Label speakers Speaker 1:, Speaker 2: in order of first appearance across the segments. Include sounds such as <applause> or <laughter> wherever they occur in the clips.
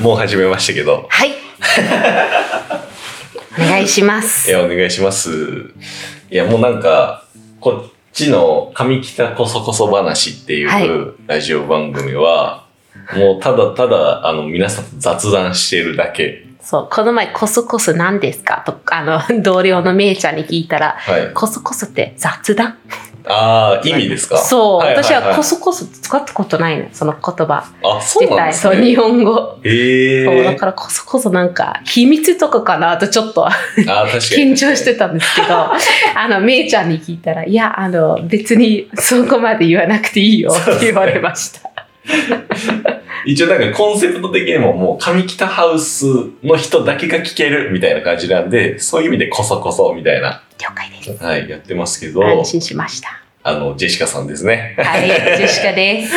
Speaker 1: もう始めましたけど。
Speaker 2: はい。 <laughs> お願いしま
Speaker 1: い
Speaker 2: す。
Speaker 1: や、お願いします。いや、もうなんか、こっちの上北こそこそ話っていう、
Speaker 2: はい
Speaker 1: ラジオ番組は、もうただただ、あの、皆さんと雑談してるだけ。
Speaker 2: そう、この前、コソコソ何ですかと、あの、 <laughs> 同僚のめいちゃんに聞いたら、
Speaker 1: はい。
Speaker 2: コソコソって雑談
Speaker 1: ああ、意味ですか
Speaker 2: そう、
Speaker 1: いいい
Speaker 2: 私はコソコソ使ったことないの、その言葉
Speaker 1: あ、そう
Speaker 2: 自
Speaker 1: なんで
Speaker 2: 体。
Speaker 1: す
Speaker 2: そう,、
Speaker 1: ね。
Speaker 2: 日本語。そう
Speaker 1: え
Speaker 2: だ
Speaker 1: え
Speaker 2: からこそこそなんか秘密とかかなとちょっ
Speaker 1: <laughs>
Speaker 2: と
Speaker 1: ー。あー、確かに。
Speaker 2: 緊張してたんですけど
Speaker 1: <laughs>
Speaker 2: あのめいちゃんに聞いたらいやあの別にそこまで言わなくていいよって言われました
Speaker 1: 一応なんかコンセプト的にももう上北ハウスの人だけが聞けるみたいな感じなんで、そういう意味でこそこそみたいな、
Speaker 2: 了解です
Speaker 1: はい、やってますけど、
Speaker 2: 安心しました
Speaker 1: あの、ジェシカさんですね。
Speaker 2: はい、
Speaker 1: <laughs>
Speaker 2: ジェシカです。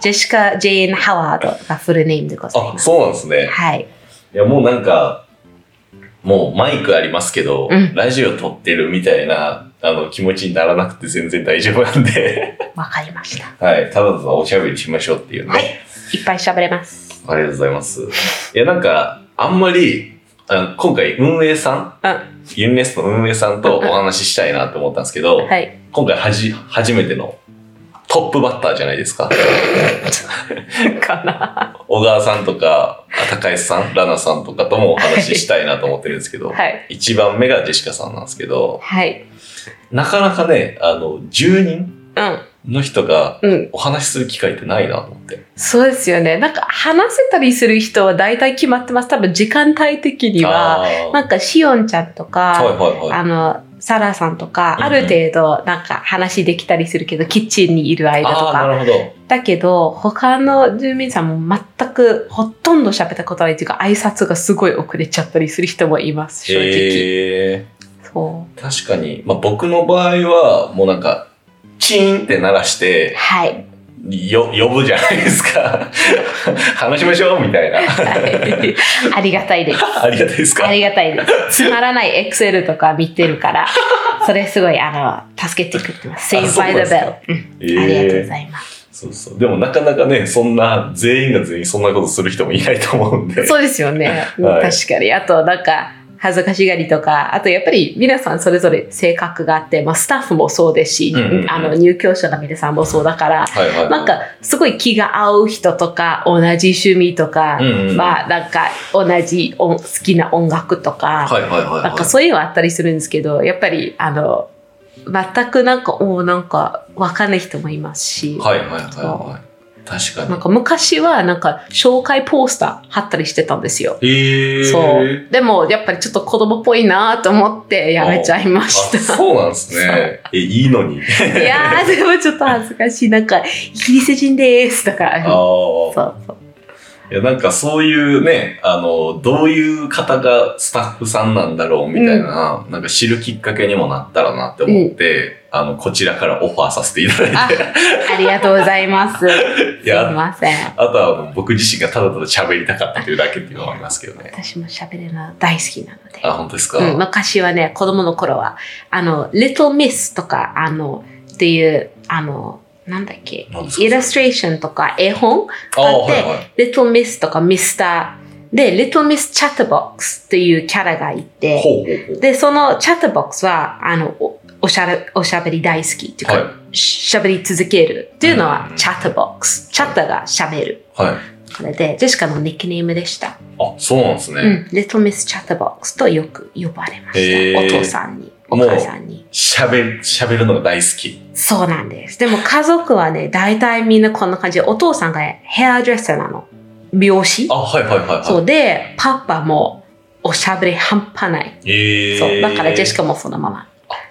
Speaker 2: ジェシカ・ジェーン・ハワードがフルネームでござい
Speaker 1: あ、
Speaker 2: ます。
Speaker 1: そうなんですね。
Speaker 2: はい。
Speaker 1: いや、もうなんか、もうマイクありますけど、
Speaker 2: うん
Speaker 1: ラジオ撮ってるみたいな、あの、気持ちにならなくて全然大丈夫なん
Speaker 2: <laughs>
Speaker 1: で、
Speaker 2: わかりました。
Speaker 1: はい、ただただおしゃべりしましょうっていうね。
Speaker 2: はい。いっぱい喋れます。
Speaker 1: ありがとうございます。いや、なんか、あんまり、あ今回運営さん
Speaker 2: うん。
Speaker 1: ユニネストの運営さんとお話ししたいなと思ったんですけど、
Speaker 2: はい。
Speaker 1: 今回はじ初めてのトップバッターじゃないですか
Speaker 2: かな。
Speaker 1: 小川さんとかあ高橋さんラナさんとかともお話ししたいなと思ってるんですけど、
Speaker 2: はい。
Speaker 1: 一番目がジェシカさんなんですけど
Speaker 2: はい。
Speaker 1: なかなかねあの住人
Speaker 2: うん。
Speaker 1: の人が
Speaker 2: うん。
Speaker 1: お話しする機会ってないなと思って
Speaker 2: そうですよね。なんか話せたりする人は大体決まってます。多分時間帯的には。
Speaker 1: あー
Speaker 2: なんかシオンちゃんと
Speaker 1: は
Speaker 2: か、
Speaker 1: いはいはい
Speaker 2: あの、サラさんと
Speaker 1: うん
Speaker 2: か、ある程度なんか話できたりするけど、キッチンにいる間と
Speaker 1: あ
Speaker 2: か
Speaker 1: ー。なるほど
Speaker 2: だけど、他の住民さんも全くほとんど喋ったことないというか、挨拶がすごい遅れちゃったりする人もいます、正直。
Speaker 1: へえ
Speaker 2: そ
Speaker 1: 確かに、まあ、僕の場合はもうなんかチーンって鳴らして
Speaker 2: う。はい。
Speaker 1: よ呼ぶじゃないですか <laughs> 話しましょうみたいな <laughs>
Speaker 2: はいありがたいです。
Speaker 1: ありがたいですか
Speaker 2: ありがたいです。つまらないエクセルとか見てるから、それすごい、あの、助けてくれてます。
Speaker 1: あ
Speaker 2: Save
Speaker 1: そう
Speaker 2: by
Speaker 1: なん
Speaker 2: the
Speaker 1: ですか
Speaker 2: bell。うん
Speaker 1: えー
Speaker 2: ありがとうございます。
Speaker 1: そうそうでもなかなかねそんな全員が全員そんなことする人もいないと思うんで
Speaker 2: そうですよね。
Speaker 1: はい
Speaker 2: 確かに。あと、なんか、恥ずかしがりとか、あとやっぱり皆さんそれぞれ性格があって、まあ、スタッフもそうですし、
Speaker 1: うんうんうん
Speaker 2: あの入居者の皆さんもそうだから、
Speaker 1: はいはいはい
Speaker 2: なんかすごい気が合う人とか同じ趣味とか、
Speaker 1: うんうん
Speaker 2: まあなんか同じ音好きな音楽とか、
Speaker 1: はいはいはいはい
Speaker 2: なんかそういうのはあったりするんですけどやっぱりあの全くなんかおーなんかわかんない人もいますし、
Speaker 1: はいはいはいはい確かに
Speaker 2: なんか昔はなんか紹介ポスター貼ったりしてたんですよ。
Speaker 1: へえー、
Speaker 2: そうでもやっぱりちょっと子供っぽいなと思ってやめちゃいま
Speaker 1: あ
Speaker 2: した。
Speaker 1: そうなんですねえいいの
Speaker 2: <laughs>
Speaker 1: に
Speaker 2: いやーでもちょっと恥ずかしいなんかイギリス人ですだから
Speaker 1: ああ
Speaker 2: そうそう
Speaker 1: いや、なんかそういうね、あの、どういう方がスタッフさんなんだろうみたいな、なんか知るきっかけにもなったらなって思って、あの、こちらからオファーさせていただい
Speaker 2: あありがとうございます。す
Speaker 1: て、い
Speaker 2: い
Speaker 1: や、
Speaker 2: ません。
Speaker 1: あとはあの僕自身がただただ喋りたかったというだけっていうのはありますけどね。
Speaker 2: 私も喋るの大好きなので。
Speaker 1: あ、本当ですか、
Speaker 2: うん、昔はね、子供の頃は、あの、Little Miss とか、あの、っていう、あの、なんだっけ
Speaker 1: 何です、か
Speaker 2: イラストレーションとか絵本、
Speaker 1: あ、はい
Speaker 2: で
Speaker 1: はい。
Speaker 2: Little Miss とか Mr. で、Little Miss Chatterbox っていうキャラがい
Speaker 1: ほ
Speaker 2: て、
Speaker 1: うほうほう。
Speaker 2: で、そのチャットボックスは、あの、おおしゃれおしゃべり大好きっていうか、
Speaker 1: はい
Speaker 2: しゃべり続けるっていうのは
Speaker 1: うん
Speaker 2: チャットボックス。チャットがしゃべる。
Speaker 1: はい。
Speaker 2: これで、ジェシカのニックネームでした。
Speaker 1: あ、そうなんですね。
Speaker 2: うん。Little Miss Chatterbox とよく呼ばれま
Speaker 1: へ
Speaker 2: し
Speaker 1: ー
Speaker 2: た。お父さんに、お
Speaker 1: もう
Speaker 2: 母さんに。
Speaker 1: 喋、喋るのが大好き。
Speaker 2: そうなんです。でも家族はね、大体みんなこんな感じで、お父さんがヘアドレッサーなの。美容師
Speaker 1: あ、はいはいはい、はい。
Speaker 2: そうで、パパもおしゃべり半端ない。
Speaker 1: えー、
Speaker 2: そう。だからジェシカもそのまま。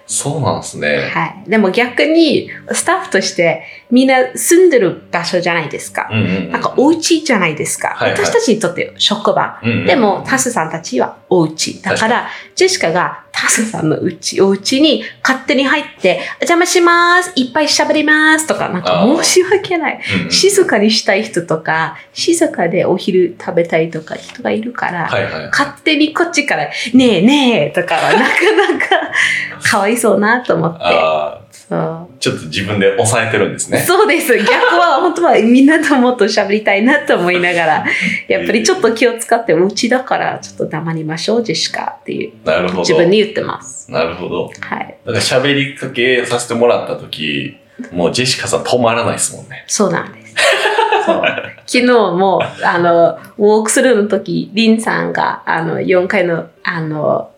Speaker 1: そうなんですね。
Speaker 2: はい。でも逆に、スタッフとして、みんな住んでる場所じゃないですか。
Speaker 1: うんうんうん。
Speaker 2: なんか、お家じゃないですか。
Speaker 1: はいはい
Speaker 2: 私たちにとって職場。
Speaker 1: うんうん、
Speaker 2: でも、タスさんたちはお家。だから、ジェシカがタスさんのうち、お家に勝手に入って、お邪魔しますいっぱい喋りますとか、なんか
Speaker 1: あー
Speaker 2: 申し訳ない。
Speaker 1: うんうん
Speaker 2: 静かにしたい人とか、静かでお昼食べたいとか人がいるから、
Speaker 1: はいはい。
Speaker 2: 勝手にこっちから、ねえねえとかはなかなかかわいそうなと思って。
Speaker 1: ああ、
Speaker 2: そう。
Speaker 1: ちょっと自分で抑えてるんですね。
Speaker 2: そうです。逆は本当はみんなともっと喋りたいなと思いな
Speaker 1: <laughs>
Speaker 2: がら、やっぱりちょっと気を使って、うちだからちょっと黙りましょう、ジェシカっていう、
Speaker 1: なるほど。
Speaker 2: 自分に言ってます。
Speaker 1: なるほど。
Speaker 2: はい。
Speaker 1: だから喋りかけさせてもらった時、もうジェシカさん止まらないですもんね。
Speaker 2: そうなんです。そう昨日も、あの、ウォークスルーの時、リンさんが、あの、4階の、あの、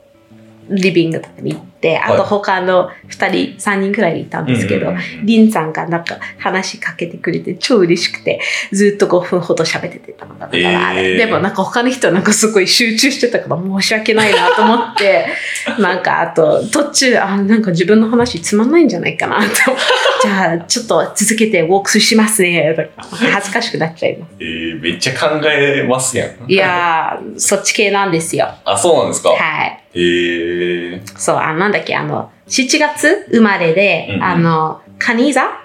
Speaker 2: リビングとかに行って、あと
Speaker 1: はい
Speaker 2: 他の2人、3人くらいいたんですけ
Speaker 1: う
Speaker 2: ど、
Speaker 1: んうんうん
Speaker 2: リンさんがなんか話しかけてくれて超嬉しくて、ずっと5分ほど喋ってたのだから、
Speaker 1: えー
Speaker 2: でもなんか他の人なんかすごい集中してたから申し訳ないなと思
Speaker 1: <laughs>
Speaker 2: って、なんかあと途中、あ、なんか自分の話つまんないんじゃないかなと。じゃあちょっと続けてウォークスしますね。とか恥ずかしくなっちゃいます。
Speaker 1: えー、めっちゃ考えますやん。
Speaker 2: いやー、そっち系なんですよ。
Speaker 1: あ、そうなんですか。
Speaker 2: はい。
Speaker 1: えー、
Speaker 2: そう、あ、なんだっけ、あの、7月生まれで、
Speaker 1: うんうん
Speaker 2: あの、カニ座
Speaker 1: はい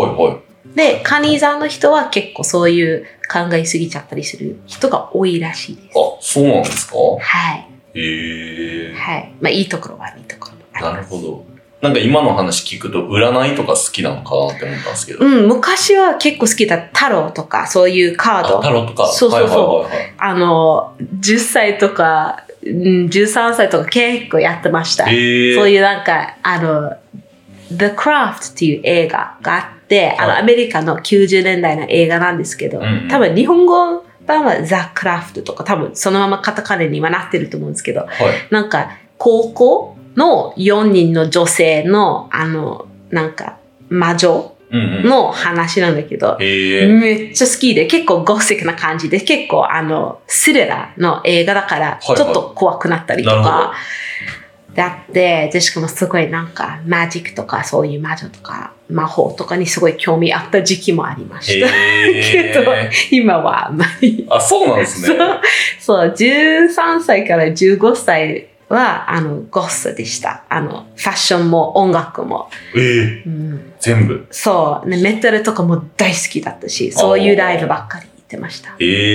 Speaker 1: はい。
Speaker 2: で、カニ座の人は結構そういう考えすぎちゃったりする人が多いらしいです。
Speaker 1: あ、そうなんですか
Speaker 2: はい。
Speaker 1: えー、
Speaker 2: はい。まあ、いいところ悪いところあり
Speaker 1: な
Speaker 2: ま
Speaker 1: る
Speaker 2: す
Speaker 1: ほど。なんか今の話聞くと、占いとか好きなのかなって思ったんですけど。
Speaker 2: うん、昔は結構好きだったタローとか、そういうカー
Speaker 1: あ、
Speaker 2: ド。
Speaker 1: タロとか。
Speaker 2: そうそ
Speaker 1: は
Speaker 2: うそう
Speaker 1: いはいはいはい
Speaker 2: あの、10歳とか、うん、13歳とか結構やってました。
Speaker 1: えー、
Speaker 2: そういうなんか、あの、The Craft っていう映画があって、あの、
Speaker 1: はい
Speaker 2: アメリカの90年代の映画なんですけど、
Speaker 1: うんうん
Speaker 2: 多分日本語版は The Craft とか多分そのままカタカナにはなってると思うんですけど、
Speaker 1: はい。
Speaker 2: なんか、高校の4人の女性の、あの、なんか、魔女
Speaker 1: うんうん。
Speaker 2: の話なんだけど、
Speaker 1: えー、
Speaker 2: めっちゃ好きで、結構ゴシックな感じで、結構あの、スリラーの映画だから、
Speaker 1: い
Speaker 2: ちょ
Speaker 1: は
Speaker 2: っ
Speaker 1: い
Speaker 2: と怖くなったりと
Speaker 1: なるほ
Speaker 2: か、であって、で、しかもすごいなんか、マジックとか、そういう魔女とか、魔法とかにすごい興味あった時期もありました。
Speaker 1: え
Speaker 2: けど <laughs> 今はあんまり。
Speaker 1: ー、あ、そうなんです
Speaker 2: そ
Speaker 1: ね。
Speaker 2: う、そう、13歳から15歳は、あの、ゴスでした。あの、ファッションも音楽も。
Speaker 1: えー、
Speaker 2: うん
Speaker 1: 全部。
Speaker 2: そう、ね、メタルとかも大好きだったし、そういうライブばっかり行ってました。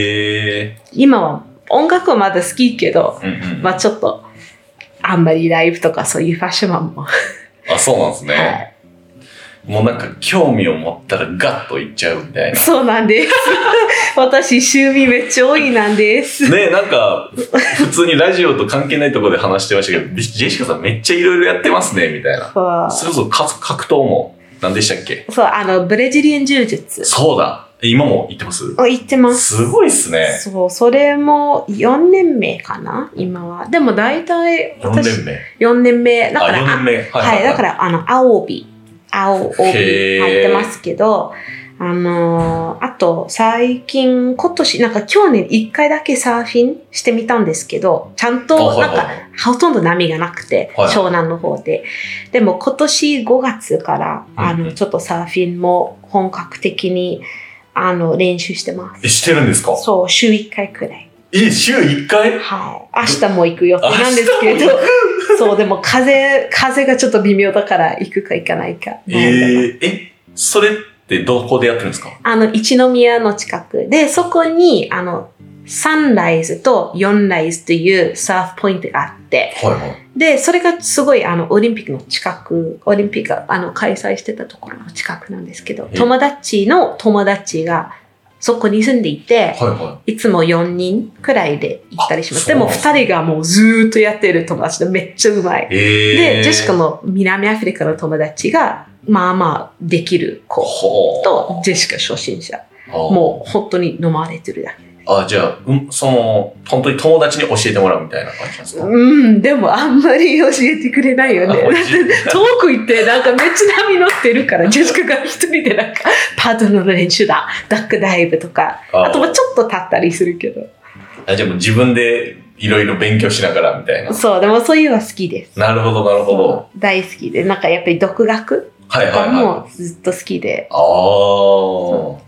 Speaker 1: え
Speaker 2: 今は音楽はまだ好きけど、
Speaker 1: ー、うんうん。
Speaker 2: まあちょっと、あんまりライブとかそういうファッションはもう、 <laughs>
Speaker 1: あ、そうなんですね。
Speaker 2: は
Speaker 1: もうなんか興味を持ったらガッといっちゃうみたい
Speaker 2: い、そうなんです。 <laughs> 私、趣味めっちゃ多いなんです。
Speaker 1: な。ねなんか、普通にラジオと関係ないところで話してましたけど、ジェシカさんめっちゃいろいろやってますね、みたいな。
Speaker 2: そう
Speaker 1: それこそか格闘も、何でしたっけ
Speaker 2: そう、あの、ブレジリアン柔術
Speaker 1: そうだ。今も言ってます
Speaker 2: を行ってます。
Speaker 1: すごいっすね。
Speaker 2: そう、それも4年目かな、今は。でも大体、
Speaker 1: 4年
Speaker 2: 私、
Speaker 1: 目。
Speaker 2: 4年目。だ
Speaker 1: あ、
Speaker 2: から、
Speaker 1: 4年目。
Speaker 2: はい、だから、あの、青帯、青帯
Speaker 1: へー
Speaker 2: 入ってますけど、あのーあと、最近、今年、なんか去年一回だけサーフィンしてみたんですけど、ちゃん
Speaker 1: あ
Speaker 2: と、
Speaker 1: は
Speaker 2: な
Speaker 1: は
Speaker 2: いん
Speaker 1: いは
Speaker 2: か、ほとんど波がなくて、
Speaker 1: はい
Speaker 2: 湘南の方で。でも今年5月から、あ
Speaker 1: うんう
Speaker 2: の、
Speaker 1: ん
Speaker 2: ちょっとサーフィンも本格的に、あの、練習してま
Speaker 1: え
Speaker 2: す。
Speaker 1: してるんですか
Speaker 2: そう、週1回くらい。
Speaker 1: え、週1回
Speaker 2: はい。明日も行く予定なんですけど、 <laughs> そう、でも風、風がちょっと微妙だから行くか行かないか。
Speaker 1: えー、え、それってどこでやってるんですか
Speaker 2: あの、一宮の近くで、そこに、あの、サンライズとヨンライズというサーフポイントがあって、
Speaker 1: はいはい。
Speaker 2: で、それがすごい、あの、オリンピックの近く、オリンピックが、あの、開催してたところの近くなんですけど、
Speaker 1: え
Speaker 2: 友達の友達が、そこに住んでいて、
Speaker 1: はいはい
Speaker 2: つも4人くらいで行ったりします。
Speaker 1: あ
Speaker 2: でも
Speaker 1: そうな
Speaker 2: 2人がもうずーっとやってる友達でめっちゃうまい。
Speaker 1: い。えー。
Speaker 2: で、ジェシカの南アフリカの友達が、まあまあできる子
Speaker 1: ほう
Speaker 2: と、ジェシカ初心者。
Speaker 1: あ
Speaker 2: もう本当に飲まれてるだけ。
Speaker 1: あ、じゃあ、うん、その、本当に友達に教えてもらうみたいな感じなんですか、
Speaker 2: うん、でもあんまり教えてくれないよ
Speaker 1: あ
Speaker 2: ね。だ
Speaker 1: 教
Speaker 2: っ <laughs>
Speaker 1: えて
Speaker 2: て遠く行って、なんかめっちゃ波乗ってるから、ジェシカが一人でなんか、パートナーの練習だ、ダックダイブとか、あともちょっと立ったりするけど。
Speaker 1: あ、じゃあもう自分でいろいろ勉強しながらみたいな。
Speaker 2: そう、でもそういうのは好きです。
Speaker 1: なるほど、なるほど。
Speaker 2: そう大好きで、なんかやっぱり独学
Speaker 1: はい
Speaker 2: と
Speaker 1: はいは
Speaker 2: か
Speaker 1: い。
Speaker 2: もずっと好きで。
Speaker 1: ああ。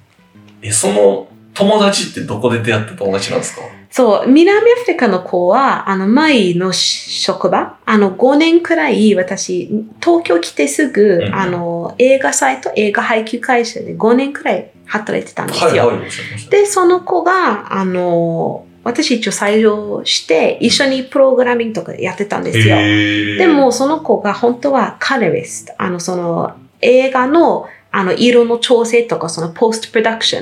Speaker 1: え、その、友達ってどこで出会った友達なんですか
Speaker 2: そう、南アフリカの子は、あの、前の職場、あの、5年くらい、私、東京来てすぐ、
Speaker 1: うん
Speaker 2: あの、映画祭と映画配給会社で5年くらい働いてたんですよ。
Speaker 1: はいはい、おっしゃいました。
Speaker 2: で、その子が、あの、私一応採用して、一緒にプログラミングとかやってたんですよ。
Speaker 1: へー
Speaker 2: でも、、その子が本当はカレリスト、あの、その、映画の、あの、色の調整とか、その、ポストプロダクショ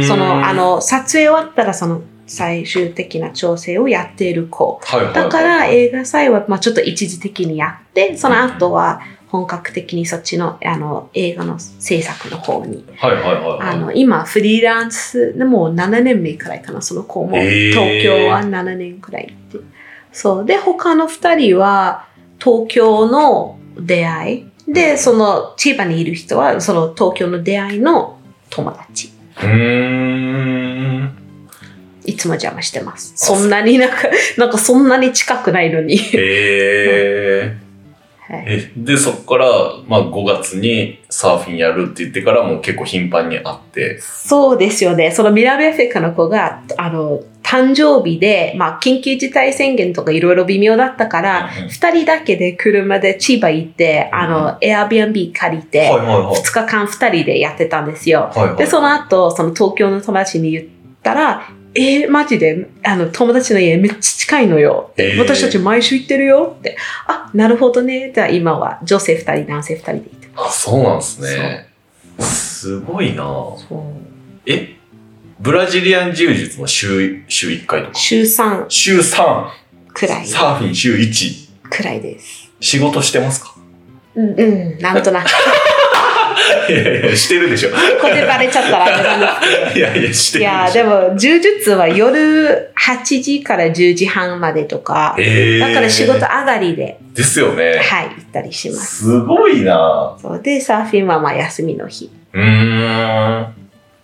Speaker 1: うん
Speaker 2: その、あ、の、撮影終わったら、その、最終的な調整をやっている子。
Speaker 1: はいはいはい
Speaker 2: だから、映画祭は、まあちょっと一時的にやって、その後は、本格的にそっちの、あの、映画の制作の方に。
Speaker 1: はいはいはいはい。
Speaker 2: あの、今、フリーランスでもう7年目くらいかな、その子も。
Speaker 1: えー
Speaker 2: 東京は7年くらいって。そう。で、他の2人は、東京の出会い。で、その、千葉にいる人は、その東京の出会いの友達。
Speaker 1: うーん。
Speaker 2: いつも邪魔してます。そんなに <laughs> なんか、なんかそんなに近くないのに。
Speaker 1: へー
Speaker 2: はい、
Speaker 1: え。で、そこから、まあ5月にサーフィンやるって言ってからもう結構頻繁に会って。
Speaker 2: そうですよね。そのミラベフェカの子が、あの、誕生日で、まあ、緊急事態宣言とかいろいろ微妙だったから、
Speaker 1: うんうん
Speaker 2: 二人だけで車で千葉行って、あの、Airbnb 借りて、
Speaker 1: はいはいはい
Speaker 2: 二日間二人でやってたんですよ。
Speaker 1: はいはい。
Speaker 2: で、その後、その東京の友達に言ったら、えーマジで、あの、友達の家めっちゃ近いのよって、
Speaker 1: えー
Speaker 2: 私たち毎週行ってるよって、あ、なるほどね。じゃあ今は女性2人、男性2人で行ってま
Speaker 1: あ、そうなんですね。すごいな
Speaker 2: す。そう
Speaker 1: えブラジリアン柔術も週、週1回とか。
Speaker 2: 週3
Speaker 1: 週 3!
Speaker 2: くらい、
Speaker 1: サーフィン週1。
Speaker 2: くらいです。
Speaker 1: 仕事してます
Speaker 2: <laughs>
Speaker 1: か
Speaker 2: うん、うん、なんとなく。
Speaker 1: いやいや、してるでしょ。
Speaker 2: ここでバレちゃったらあれなんですけど。
Speaker 1: <laughs> いやいや、して
Speaker 2: い
Speaker 1: る
Speaker 2: やー
Speaker 1: でし
Speaker 2: でも、柔術は夜8時から10時半までとか
Speaker 1: ょ。、えー、
Speaker 2: だから仕事上。がりで、
Speaker 1: ですよね。
Speaker 2: はい、行ったりします。
Speaker 1: すごいな
Speaker 2: そうで、サーフィンはまあ休みの日。
Speaker 1: うーん。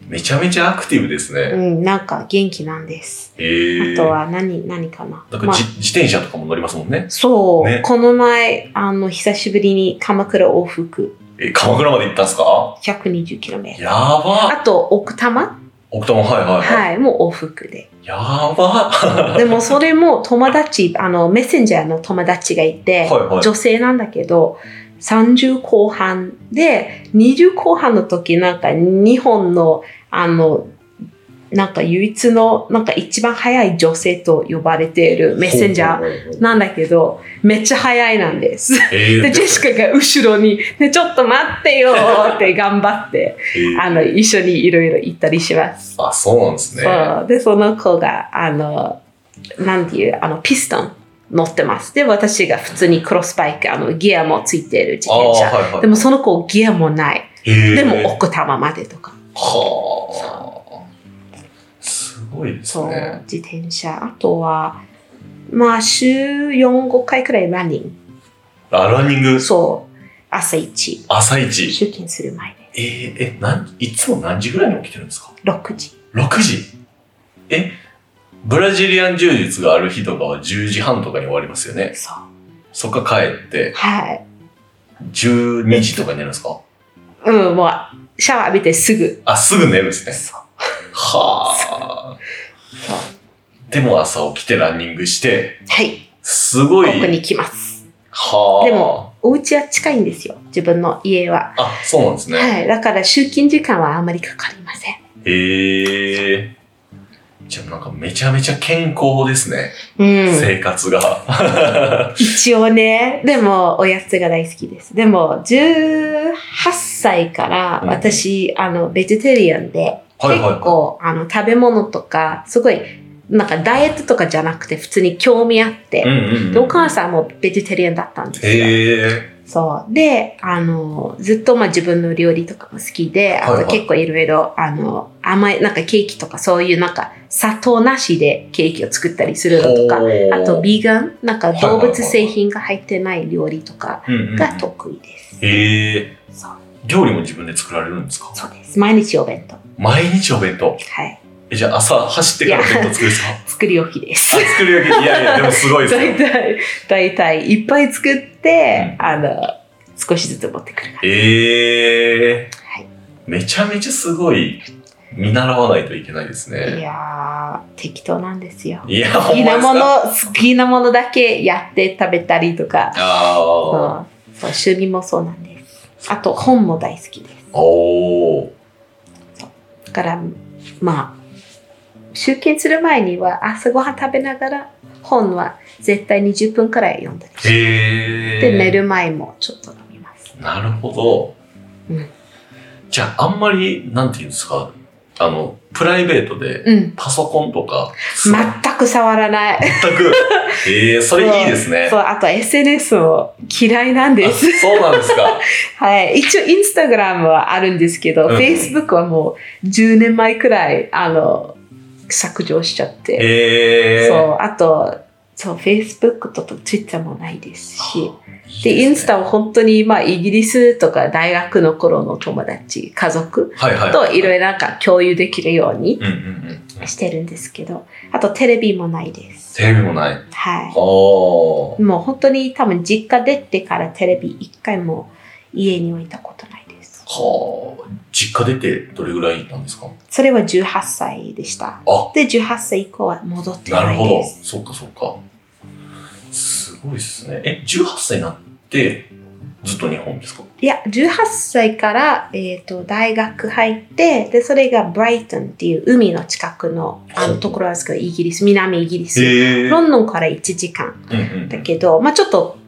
Speaker 1: めちゃめちゃアクティブです
Speaker 2: う
Speaker 1: ね。
Speaker 2: ん、なんか元気なんです。
Speaker 1: え
Speaker 2: あ
Speaker 1: ー。
Speaker 2: とは何、何かな。
Speaker 1: だから、
Speaker 2: まあ
Speaker 1: じ、自転車とかも乗りますもんね。
Speaker 2: そう、
Speaker 1: ね
Speaker 2: この前、あの、久しぶりに鎌倉往復
Speaker 1: え、鎌倉まで行ったんすか
Speaker 2: 120km。
Speaker 1: やば
Speaker 2: あと、奥多摩
Speaker 1: 奥多摩、はいはいはい。
Speaker 2: はい、もう往復で。
Speaker 1: やば
Speaker 2: でもそれも友達、あの、メッセンジャーの友達がい
Speaker 1: は
Speaker 2: て、
Speaker 1: いはい
Speaker 2: 女性なんだけど、30後半で、20後半の時なんか日本の、あの、なんか唯一の、なんか一番早い女性と呼ばれているメッセンジャー
Speaker 1: ー。
Speaker 2: なんだけど、めっちゃ早いなんです。
Speaker 1: えー、
Speaker 2: で、ジェシカが後ろに、ね、ちょっと待ってよーって頑張って、
Speaker 1: えー
Speaker 2: あの、一緒にいろいろ行ったりします。
Speaker 1: あ、そうなんですね。
Speaker 2: そう。で、その子が、あの、なんていう、あの、ピストン乗ってます。で、私が普通にクロスバイク、あの、ギアもついている自
Speaker 1: ああ、
Speaker 2: 転車。
Speaker 1: はいはい。
Speaker 2: でも、その子ギアもない。
Speaker 1: へー
Speaker 2: でも、奥多摩までとか。
Speaker 1: はあ。すごいです
Speaker 2: そう、
Speaker 1: ね。
Speaker 2: 自転車。あとは、まあ、週4、5回くらいランニン
Speaker 1: あ、ランニング
Speaker 2: グ。、そう。朝一
Speaker 1: 朝一。
Speaker 2: 出勤する前
Speaker 1: えー、え、なん、いつも何時ぐらいに起きてるんですか
Speaker 2: で。6時。
Speaker 1: ?6 時え、ブラジリアン柔術がある日とかは10時半とかに終わりますよね。
Speaker 2: そう。
Speaker 1: そっから帰って、
Speaker 2: はい。
Speaker 1: 12時とかに寝るんですか
Speaker 2: うん、もう、シャワー浴びてすぐ。
Speaker 1: あ、すぐ寝るんですね。
Speaker 2: そう。
Speaker 1: はあ。
Speaker 2: そう
Speaker 1: でも朝起きてランニングして、
Speaker 2: はい。
Speaker 1: すご
Speaker 2: こ
Speaker 1: い。
Speaker 2: こに来ます。
Speaker 1: はあ。
Speaker 2: でも、お家は近いんですよ。自分の家は。
Speaker 1: あ、そうなんですね。
Speaker 2: はい。だから、集金時間はあまりかかりません。
Speaker 1: へえ。じゃあなんかめちゃめちゃ健康ですね。
Speaker 2: うん。
Speaker 1: 生活が。
Speaker 2: 一応ね。でも、おやつが大好きです。でも、18歳から、
Speaker 1: うん
Speaker 2: 私、あの、ベジタリアンで、
Speaker 1: はいはい
Speaker 2: 結構、あの、食べ物とか、すごい、なんかダイエットとかじゃなくて、普通に興味あって、
Speaker 1: うんうん、
Speaker 2: でお母
Speaker 1: さ
Speaker 2: さんもベジタリアンだったんですよ。
Speaker 1: へえ。
Speaker 2: そう。で、あの、ずっとまあ自分の料理とかも好きで、あ
Speaker 1: はい
Speaker 2: と
Speaker 1: はい
Speaker 2: 結構いろいろ、あの、甘い、なんかケーキとかそういうなんか砂糖なしでケーキを作ったりするのとか、あとビーガン、なんか動物製品が入ってない料理とかが
Speaker 1: が
Speaker 2: 得意です。
Speaker 1: へえ。
Speaker 2: そう
Speaker 1: 料理も自分で作られるんですか
Speaker 2: そうです。毎日お弁当。
Speaker 1: 毎日お弁当。
Speaker 2: はい。
Speaker 1: え、じゃあ朝走ってから弁当作るんですか
Speaker 2: 作り置きです
Speaker 1: あ。作るわけ。いやい
Speaker 2: <laughs>
Speaker 1: や、でもすごいです
Speaker 2: 大
Speaker 1: ね。
Speaker 2: 体、大体いっぱい作って、
Speaker 1: う
Speaker 2: あの、少しずつ持ってくる。
Speaker 1: へえ。
Speaker 2: はい
Speaker 1: めちゃめちゃすごい。見習わないといけないです
Speaker 2: い
Speaker 1: ね。
Speaker 2: やー、適当なんですよ。
Speaker 1: いや、
Speaker 2: 好
Speaker 1: ほん
Speaker 2: き
Speaker 1: ま
Speaker 2: な
Speaker 1: ですか
Speaker 2: もの、好きなものだけやって食べたりとか、そう
Speaker 1: ああ。
Speaker 2: そう趣味もそうなんです。あと、本も大好きで
Speaker 1: おお。
Speaker 2: す。だから、まあ、集勤する前には朝ごはん食べながら、本は絶対20分くらい読んだりして、
Speaker 1: へえ。
Speaker 2: で、寝る前もちょっと飲みます。
Speaker 1: なるほど。
Speaker 2: うん
Speaker 1: じゃあ、あんまり、なんていうんですか、あの、プライベートで、
Speaker 2: うん。
Speaker 1: パソコンとか、
Speaker 2: 全く触らない。
Speaker 1: 全く、えー、それいいですね。
Speaker 2: そう、あと SNS も嫌いなんで
Speaker 1: あ
Speaker 2: す。
Speaker 1: そうなんです
Speaker 2: <laughs>
Speaker 1: か。
Speaker 2: はい。一応、インスタグラムはあるんですけど、
Speaker 1: うん
Speaker 2: Facebook はもう10年前くらい、あの、削除しちゃって。
Speaker 1: えー、
Speaker 2: そう、あと、そう、Facebook と Twitter もないですし。
Speaker 1: いい
Speaker 2: で、インスタ
Speaker 1: を、
Speaker 2: は本当に、まあ、イギリスとか大学の頃の友達、家族
Speaker 1: はいはい。
Speaker 2: といろ
Speaker 1: い
Speaker 2: いろなんか共有できるように
Speaker 1: ろ。うんうんうん。
Speaker 2: してるんですけど、あとテレビもないです。
Speaker 1: テレビもない。
Speaker 2: は
Speaker 1: お
Speaker 2: い。
Speaker 1: ー。
Speaker 2: もう本当に多分実家出てからテレビ一回も家に置いたことないです。
Speaker 1: はー。実家出てどれぐらいなんですか
Speaker 2: それは18歳でした。
Speaker 1: あ、
Speaker 2: で、18歳以降は戻って
Speaker 1: な
Speaker 2: な
Speaker 1: る
Speaker 2: い
Speaker 1: ほど
Speaker 2: で。す。
Speaker 1: そっかそっか。すごいっすね。え、18歳になって、ずっと日本ですか
Speaker 2: いや、18歳から、えっ、と、大学入って、で、それがブライトンっていう海の近くの、あの、ところなんですけど、イギリス、南イギリス。
Speaker 1: え
Speaker 2: ロンドンから1時間
Speaker 1: うんうん。
Speaker 2: だけど、まあちょっと、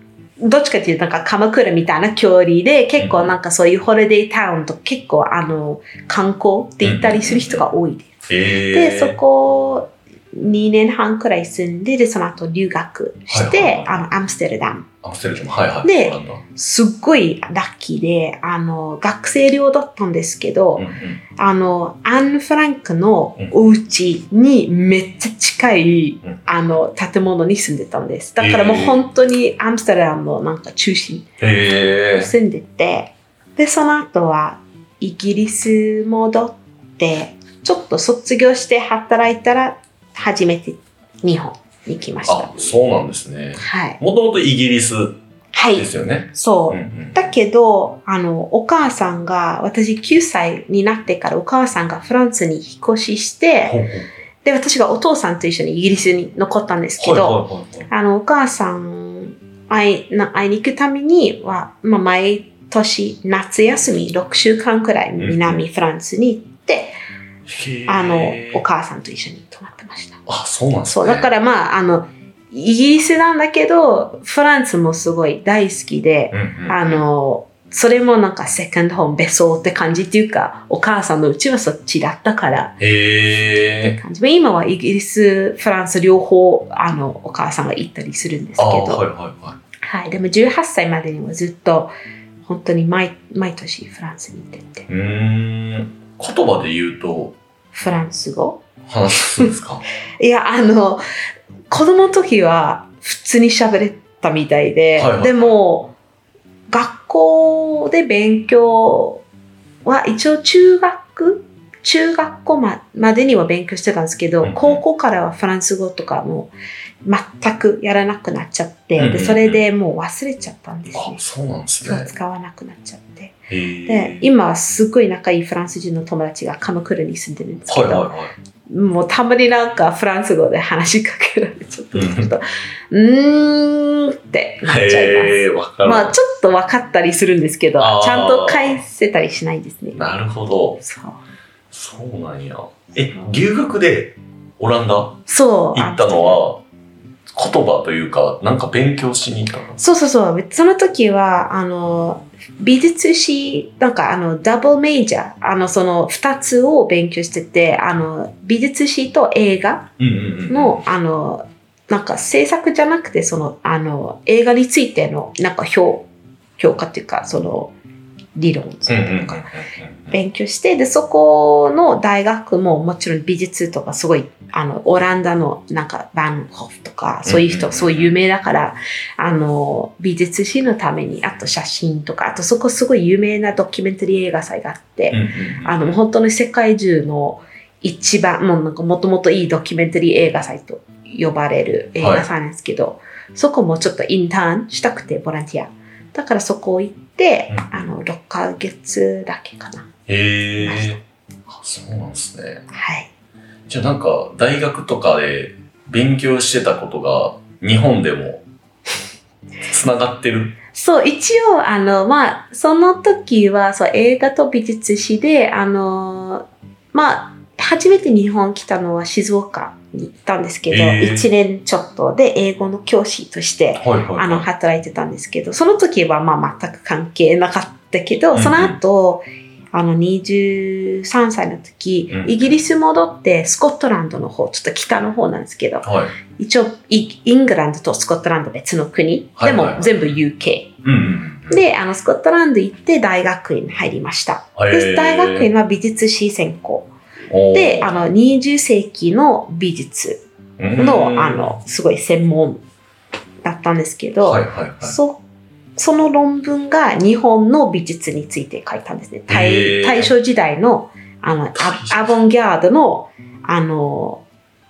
Speaker 2: どっちかっていうとなんか鎌倉みたいな距離で、結構なんかそういうホリデータウンと結構あの、観光って行ったりする人が多いで
Speaker 1: え
Speaker 2: す。
Speaker 1: ー、
Speaker 2: で、そこ2年半くらい住んで、で、その後留学して、
Speaker 1: はいはいはい
Speaker 2: あの、アムステルダム。
Speaker 1: アムステルダム、はいはい。
Speaker 2: で
Speaker 1: オランダう
Speaker 2: すっごいラッキーで、あの、学生寮だったんですけど、
Speaker 1: んうん
Speaker 2: あの、アン・フランクのお家にめっちゃ近い、
Speaker 1: うん
Speaker 2: あの、建物に住んでたんです。だからもう
Speaker 1: えー
Speaker 2: 本当にアムステルダムのなんか中心
Speaker 1: え
Speaker 2: に住んでて、で、その後はイギリス戻って、ちょっと卒業して働いたら、初めて日本に来まし
Speaker 1: ー、あ
Speaker 2: た。、
Speaker 1: そうなんですね。
Speaker 2: はい。
Speaker 1: もともとイギリス
Speaker 2: は
Speaker 1: で
Speaker 2: い。
Speaker 1: すよね。
Speaker 2: そ
Speaker 1: う
Speaker 2: う。
Speaker 1: んうん
Speaker 2: だけど、あの、お母さんが、私9歳になってからお母さんがフランスに引っ越しして、
Speaker 1: ほうほう
Speaker 2: で、私がお父さんと一緒にイギリスに残ったんですけど、
Speaker 1: はいはいはいはい
Speaker 2: あの、お母さん会いな会いに行くためには、まあ、毎年夏休み6週間くらい南フランスに行って、
Speaker 1: へー
Speaker 2: あの、お母さんと一緒に泊まってました。
Speaker 1: あ、そうなんですね。、
Speaker 2: そう、だかららまあ、あの、イギリスなんだけど、フランスもすごい大好きで、
Speaker 1: うんうん、
Speaker 2: あの、それもなんかセカンドホーム、別荘って感じっていうか、お母さんのうちはそっちだったから
Speaker 1: へ
Speaker 2: って
Speaker 1: え。
Speaker 2: 感じ。まあ今はイギリス、フランス両方、あの、お母さんが行ったりするんですけ
Speaker 1: あー
Speaker 2: ど、
Speaker 1: は
Speaker 2: はい
Speaker 1: はいはい。
Speaker 2: い、でも18歳までにはずっと、本当に毎毎年フランスに行ってて、
Speaker 1: うーん。言葉で言うと、
Speaker 2: フランス語
Speaker 1: 話すんですか
Speaker 2: いや、あの、子供の時は普通に喋れたみたいで、
Speaker 1: はいはい
Speaker 2: でも、学校で勉強は一応中学中学校ままでには勉強してたんですけど、
Speaker 1: うんうん
Speaker 2: 高校からはフランス語とかもう全くやらなくなっちゃって、
Speaker 1: うんうんうん
Speaker 2: でそれでもう忘れちゃったんです
Speaker 1: あ
Speaker 2: ね、。
Speaker 1: そうなんです
Speaker 2: そう
Speaker 1: ね。
Speaker 2: 使わなくなっちゃって。
Speaker 1: へー
Speaker 2: で、今はすごい仲いいフランス人の友達が鎌倉に住んでるんですけ
Speaker 1: はい
Speaker 2: ど、
Speaker 1: はいはい。
Speaker 2: もうたまになんかフランス語で話しかけられちゃったりすると、うーんってなっちゃいます。
Speaker 1: へえ、わかる。
Speaker 2: まあちょっと分かったりするんですけど
Speaker 1: あー、
Speaker 2: ちゃんと返せたりしないですね。
Speaker 1: なるほど。
Speaker 2: そう。
Speaker 1: そうなんや。え、留学でオランダ行
Speaker 2: そう。
Speaker 1: ったのは、言葉というか、なんか勉強しに行ったの
Speaker 2: そうそうそう。その時は、あの、美術史、なんかあの、ダブルメジャー、あの、その二つを勉強してて、あの、美術史と映画
Speaker 1: うんうんうん。
Speaker 2: の、あの、なんか制作じゃなくて、その、あの、映画についての、なんか評、評価っていうか、その、理論
Speaker 1: うんうんうんうん
Speaker 2: とか、勉強して、で、そこの大学ももちろん美術とかすごい、あの、オランダのなんか、バンホフとか、そういう
Speaker 1: うんうんう
Speaker 2: 人、
Speaker 1: ん
Speaker 2: そういう有名だから、あの、美術史のために、あと写真とか、あとそこすごい有名なドキュメンタリー映画祭があって、
Speaker 1: うんうんうん
Speaker 2: あの、本当に世界中の一番、もうなんかもともといいドキュメンタリー映画祭と呼ばれる映画祭なんですけど、そこもちょっとインターンしたくて、ボランティア。だからそこ行って、
Speaker 1: うん
Speaker 2: あの、6ヶ月だけかな。
Speaker 1: へえ。あそうなんですね。
Speaker 2: はい。
Speaker 1: じゃあなんか、大学とかで勉強してたことが、日本でも、つながって
Speaker 2: <laughs>
Speaker 1: る。
Speaker 2: そう、一応、あの、まあ、その時は、そう、映画と美術史で、あの、まあ、初めて日本来たのは静岡に行ったんですけど、
Speaker 1: へえ
Speaker 2: 1年ちょっとで英語の教師として
Speaker 1: はいはいはい。
Speaker 2: あの、働いてたんですけど、その時はまあ全く関係なかっったけど、
Speaker 1: うん
Speaker 2: その後、あの、23歳の時、
Speaker 1: うん
Speaker 2: イギリス戻って、スコットランドの方、ちょっと北の方なんですけど、
Speaker 1: はい。
Speaker 2: 一応イ、イングランドとスコットランド別の国、
Speaker 1: はいはいはい
Speaker 2: でも全部 UK。
Speaker 1: うんうんうん。
Speaker 2: で、あの、スコットランド行って大学院入りました。
Speaker 1: へ
Speaker 2: で、
Speaker 1: ー
Speaker 2: 大学院は美術史専攻。
Speaker 1: おー
Speaker 2: で、あの、20世紀の美術
Speaker 1: うん
Speaker 2: の、あの、すごい専門だったんですけど、
Speaker 1: はいはいはい。
Speaker 2: そその論文が日本の美術について書いたんですね。
Speaker 1: へ
Speaker 2: 大
Speaker 1: ー
Speaker 2: 大正時代のあのアアボンギャードのあの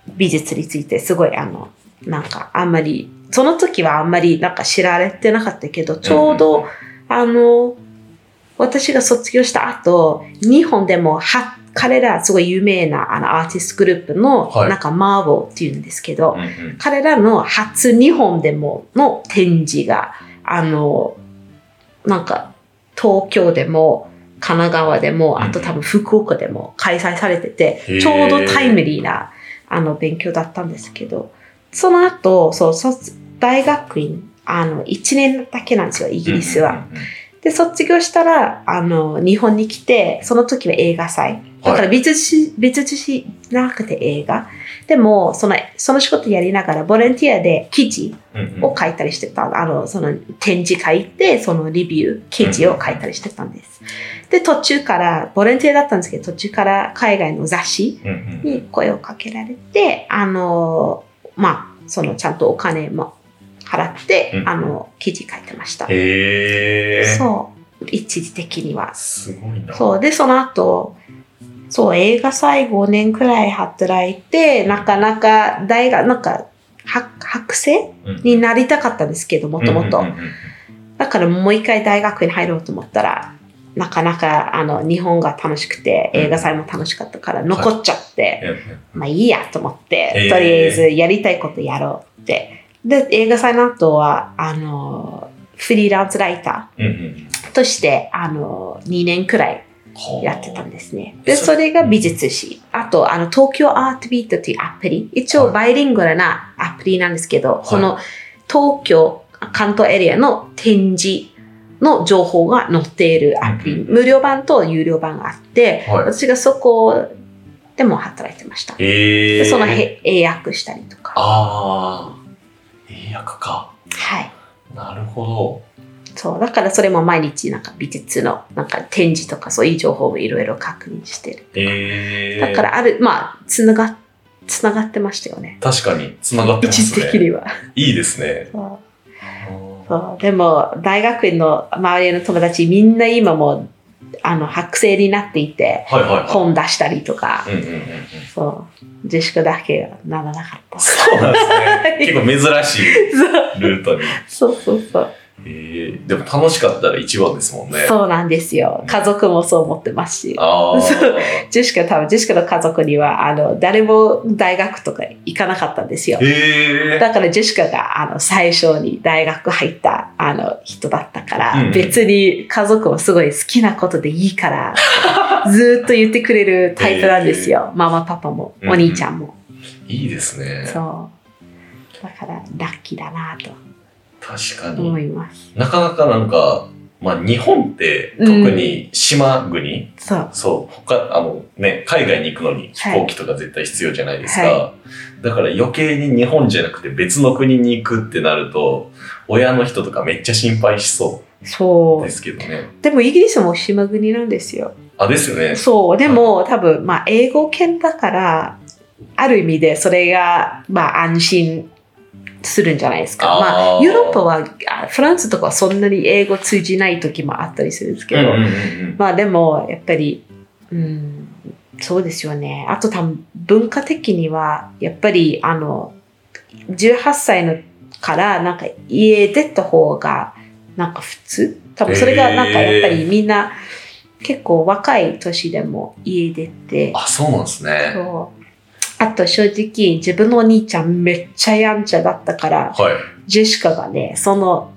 Speaker 2: 美術についてすごいあのなんかあんまりその時はあんまりなんか知られてなかったけどちょうど、あの私が卒業した後日本でもは彼らすごい有名なあのアーティストグループの
Speaker 1: はい
Speaker 2: なんかマーボーっていうんですけど、
Speaker 1: うんうん
Speaker 2: 彼らの初日本でもの展示があのなんか東京でも神奈川でもあと多分福岡でも開催されてて、
Speaker 1: へー
Speaker 2: ちょうどタイムリーなあの勉強だったんですけどその後そう卒大学院あの1年だけなんですよイギリスは。。
Speaker 1: うんうんうん
Speaker 2: で卒業したらあの日本に来てその時は映画祭だから美術史、美術史なくて映画でもそのその仕事やりながらボランティアで記事
Speaker 1: うんうん
Speaker 2: を書いたりしてた、あのその展示会行ってそのレビュー記事を書いたりしてたんです、で途中からボランティアだったんですけど途中から海外の雑誌
Speaker 1: うんうん
Speaker 2: に声をかけられて、あのまあそのちゃんとお金も払って、
Speaker 1: うん
Speaker 2: あの記事書いてました
Speaker 1: へえ。
Speaker 2: そう一時的には
Speaker 1: すごいな。
Speaker 2: そうでその後そう映画祭5年くらい働いてなかなか大学なんかは博士
Speaker 1: うん
Speaker 2: になりたかったんですけどもともと
Speaker 1: うんうんうんうん
Speaker 2: だからもう一回大学に入ろうと思ったらなかなかあの日本が楽しくて
Speaker 1: うん
Speaker 2: 映画祭も楽しかったから残っちゃって、
Speaker 1: え
Speaker 2: まあいいやと思って、
Speaker 1: えー
Speaker 2: とりあえずやりたいことやろうってで映画祭の後はあのフリーランスライタ
Speaker 1: うんうん
Speaker 2: ーとしてあの2年くらい
Speaker 1: はあ
Speaker 2: やってたんですね。で、それが美術史。あと、あの、東京アートビートっていうアプリ。一応、バイリンガルなアプリなんですけど、
Speaker 1: い
Speaker 2: その、東京、関東エリアの展示の情報が載っているアプリ。
Speaker 1: うん
Speaker 2: 無料版と有料版があって、
Speaker 1: はい
Speaker 2: 私がそこでも働いてました。
Speaker 1: へ
Speaker 2: で
Speaker 1: え。
Speaker 2: そのへ英訳したりとか。
Speaker 1: ああ。英訳か。
Speaker 2: はい。
Speaker 1: なるほ
Speaker 2: そう。だから、それも毎日、なんか美術の、なんか展示とか、そういう情報をいろいろ確認してる。
Speaker 1: ど。へえ。
Speaker 2: だから、ある、まあ、つなが、つながってましたよね。
Speaker 1: 確かに繋がってま
Speaker 2: 一
Speaker 1: す
Speaker 2: 時的
Speaker 1: ね。
Speaker 2: には。
Speaker 1: いいですね。
Speaker 2: そう
Speaker 1: あ
Speaker 2: そうでも大学院の周りの友達みんな今もうあの白製になっていて
Speaker 1: ーはいはいは
Speaker 2: 本出したりとか
Speaker 1: い。うんうんうんうん。
Speaker 2: そう自粛だけはならなかったそ
Speaker 1: そうなんですね。結構珍し
Speaker 2: う
Speaker 1: いルートに。
Speaker 2: <laughs> そうそうそう
Speaker 1: へえ。でも楽しかったら一番ですもんね。
Speaker 2: そうなんですよ家族もそう思ってますし
Speaker 1: ああ。
Speaker 2: そうジェシカ多分ジェシカの家族にはあの誰も大学とか行かなかったんですよ
Speaker 1: へえ。
Speaker 2: <laughs> だからジェシカがあの最初に大学入ったあの人だったから、
Speaker 1: うん
Speaker 2: 別に家族もすごい好きなことでいいから
Speaker 1: <laughs>
Speaker 2: ずーっと言ってくれるタイプなんですよ、ママパパも
Speaker 1: うんうん
Speaker 2: お兄ちゃんも、
Speaker 1: いいですね。
Speaker 2: そうだからラッキーだなと
Speaker 1: 確かに
Speaker 2: 思。います、
Speaker 1: なかなかなんか、まあ、日本って特に島国、
Speaker 2: そう
Speaker 1: そう他あの、ね、海外に行くのに飛行機とか絶対必要じゃないですか、
Speaker 2: は
Speaker 1: だから余計に日本じゃなくて別の国に行くってなると親の人とかめっちゃ心配しそ
Speaker 2: そう
Speaker 1: で
Speaker 2: う
Speaker 1: すけどね
Speaker 2: でもイギリスも島国なんですよ
Speaker 1: あですよね
Speaker 2: そうでも多分まあ英語圏だからある意味でそれがまあ安心するんじゃないですか
Speaker 1: あー
Speaker 2: まあヨーロッパはあフランスとかはそんなに英語通じない時もあったりするんですけ
Speaker 1: うん
Speaker 2: ど、
Speaker 1: うんうん
Speaker 2: まあでもやっぱりうんそうですよねあと多分文化的にはやっぱりあの18歳のからなんか家出た方がなんか普通多分それがなんかやっぱりみんな結構若い年でも家出て
Speaker 1: あそうなんですね
Speaker 2: そうあと正直自分のお兄ちゃんめっちゃやんちゃだったから
Speaker 1: はい
Speaker 2: ジェシカがねその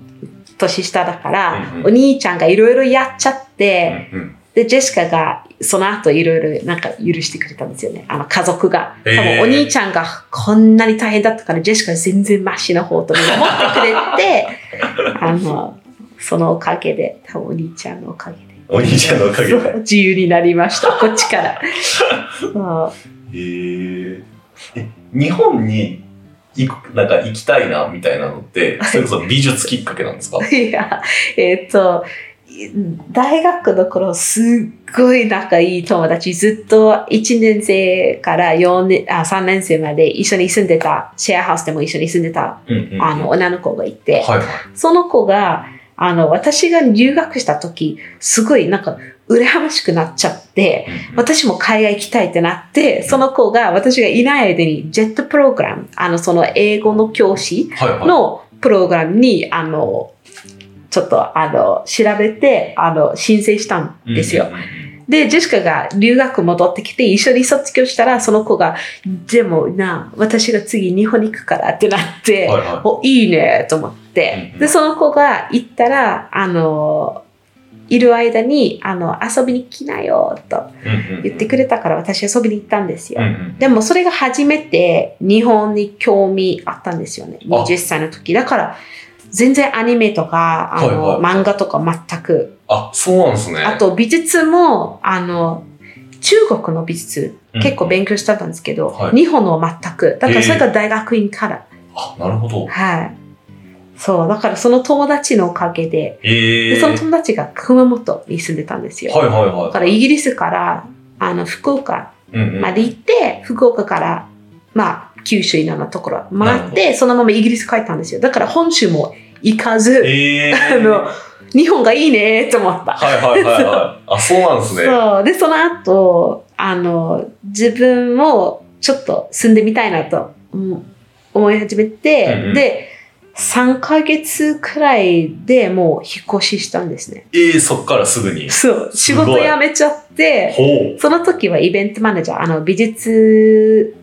Speaker 2: 年下だから、
Speaker 1: うんうん
Speaker 2: お兄ちゃんがいろいろやっちゃって、
Speaker 1: うんうん
Speaker 2: で、ジェシカが、その後いろいろなんか許してくれたんですよね。あの家族が。多
Speaker 1: へー
Speaker 2: 分お兄ちゃんがこんな
Speaker 1: <laughs>
Speaker 2: に大変だったから、ジェシカ全然マシな方と思ってくれて、あの、そのおかげで、多分お兄ちゃんのおかげで。
Speaker 1: お兄ちゃんのおかげで
Speaker 2: そう自由になりました、こっ
Speaker 1: <laughs>
Speaker 2: ちから。そう
Speaker 1: へーえ。日本に行く、なんか行きたいなみたいなのって、それこそ美術きっかけなんですか
Speaker 2: <laughs> いや、えっ、と、い大学の頃、すっごい仲いい友達、ずっと1年生から4年あ3年生まで一緒に住んでた、シェアハウスでも一緒に住んでた、
Speaker 1: うんうんうん
Speaker 2: あの、
Speaker 1: はい
Speaker 2: 女の子がいて、
Speaker 1: はい。
Speaker 2: その子が、あの、私が留学した時、すごいなんか、羨ましくなっちゃって、私も海外行きたいってなって、その子が私がいない間に、ジェットプログラム、あの、その英語の教師
Speaker 1: はいはい。
Speaker 2: のプログラムに、あの、ちょっと、あの、調べて、あの、申請したんですよ。
Speaker 1: うんうんうん。
Speaker 2: で、ジェシカが留学戻ってきて、一緒に卒業したら、その子が、でもな、私が次日本に行くからってなって、
Speaker 1: はいは
Speaker 2: おいいねと思って、
Speaker 1: うんうん
Speaker 2: でその子が行ったらあのいる間にあの遊びに来なよと
Speaker 1: い。うんうん
Speaker 2: 言ってくれたから私遊びに行ったんですよ、
Speaker 1: うんうん
Speaker 2: でもそれが初めて日本に興味あったんですよね
Speaker 1: あ
Speaker 2: 20歳の時だから全然アニメとかあの、
Speaker 1: はいは
Speaker 2: 漫画とか全く
Speaker 1: あ、そうなんですね。
Speaker 2: あと美術もあの中国の美術
Speaker 1: うん、
Speaker 2: 結構勉強したんですけど、
Speaker 1: はい
Speaker 2: 日本のは全くだからそれが大学院から
Speaker 1: あ、なるほど。
Speaker 2: はい。そう、だからその友達のおかげで、
Speaker 1: え
Speaker 2: で
Speaker 1: え。
Speaker 2: その友達が熊本に住んでたんですよ。
Speaker 1: はいはいはい。
Speaker 2: だからイギリスからあの福岡
Speaker 1: うんうん
Speaker 2: まで行って、福岡から、まあ、九州いろんなところ回っ
Speaker 1: なる
Speaker 2: て、そのままイギリス帰ったんですよ。だから本州も行かず、
Speaker 1: ええ。
Speaker 2: あの日本がいいねと思った。
Speaker 1: はいはいはいはい。あ、そうなんですね。
Speaker 2: そう。で、その後、あの、自分もちょっと住んでみたいなとうん思い始めて、
Speaker 1: うんうん
Speaker 2: で、3ヶ月くらいでもう引っ越ししたんですね。
Speaker 1: ええ、そっからすぐに。
Speaker 2: そう。仕
Speaker 1: すごい
Speaker 2: 事辞めちゃって、
Speaker 1: ほう。
Speaker 2: その時はイベントマネージャー、あの、美術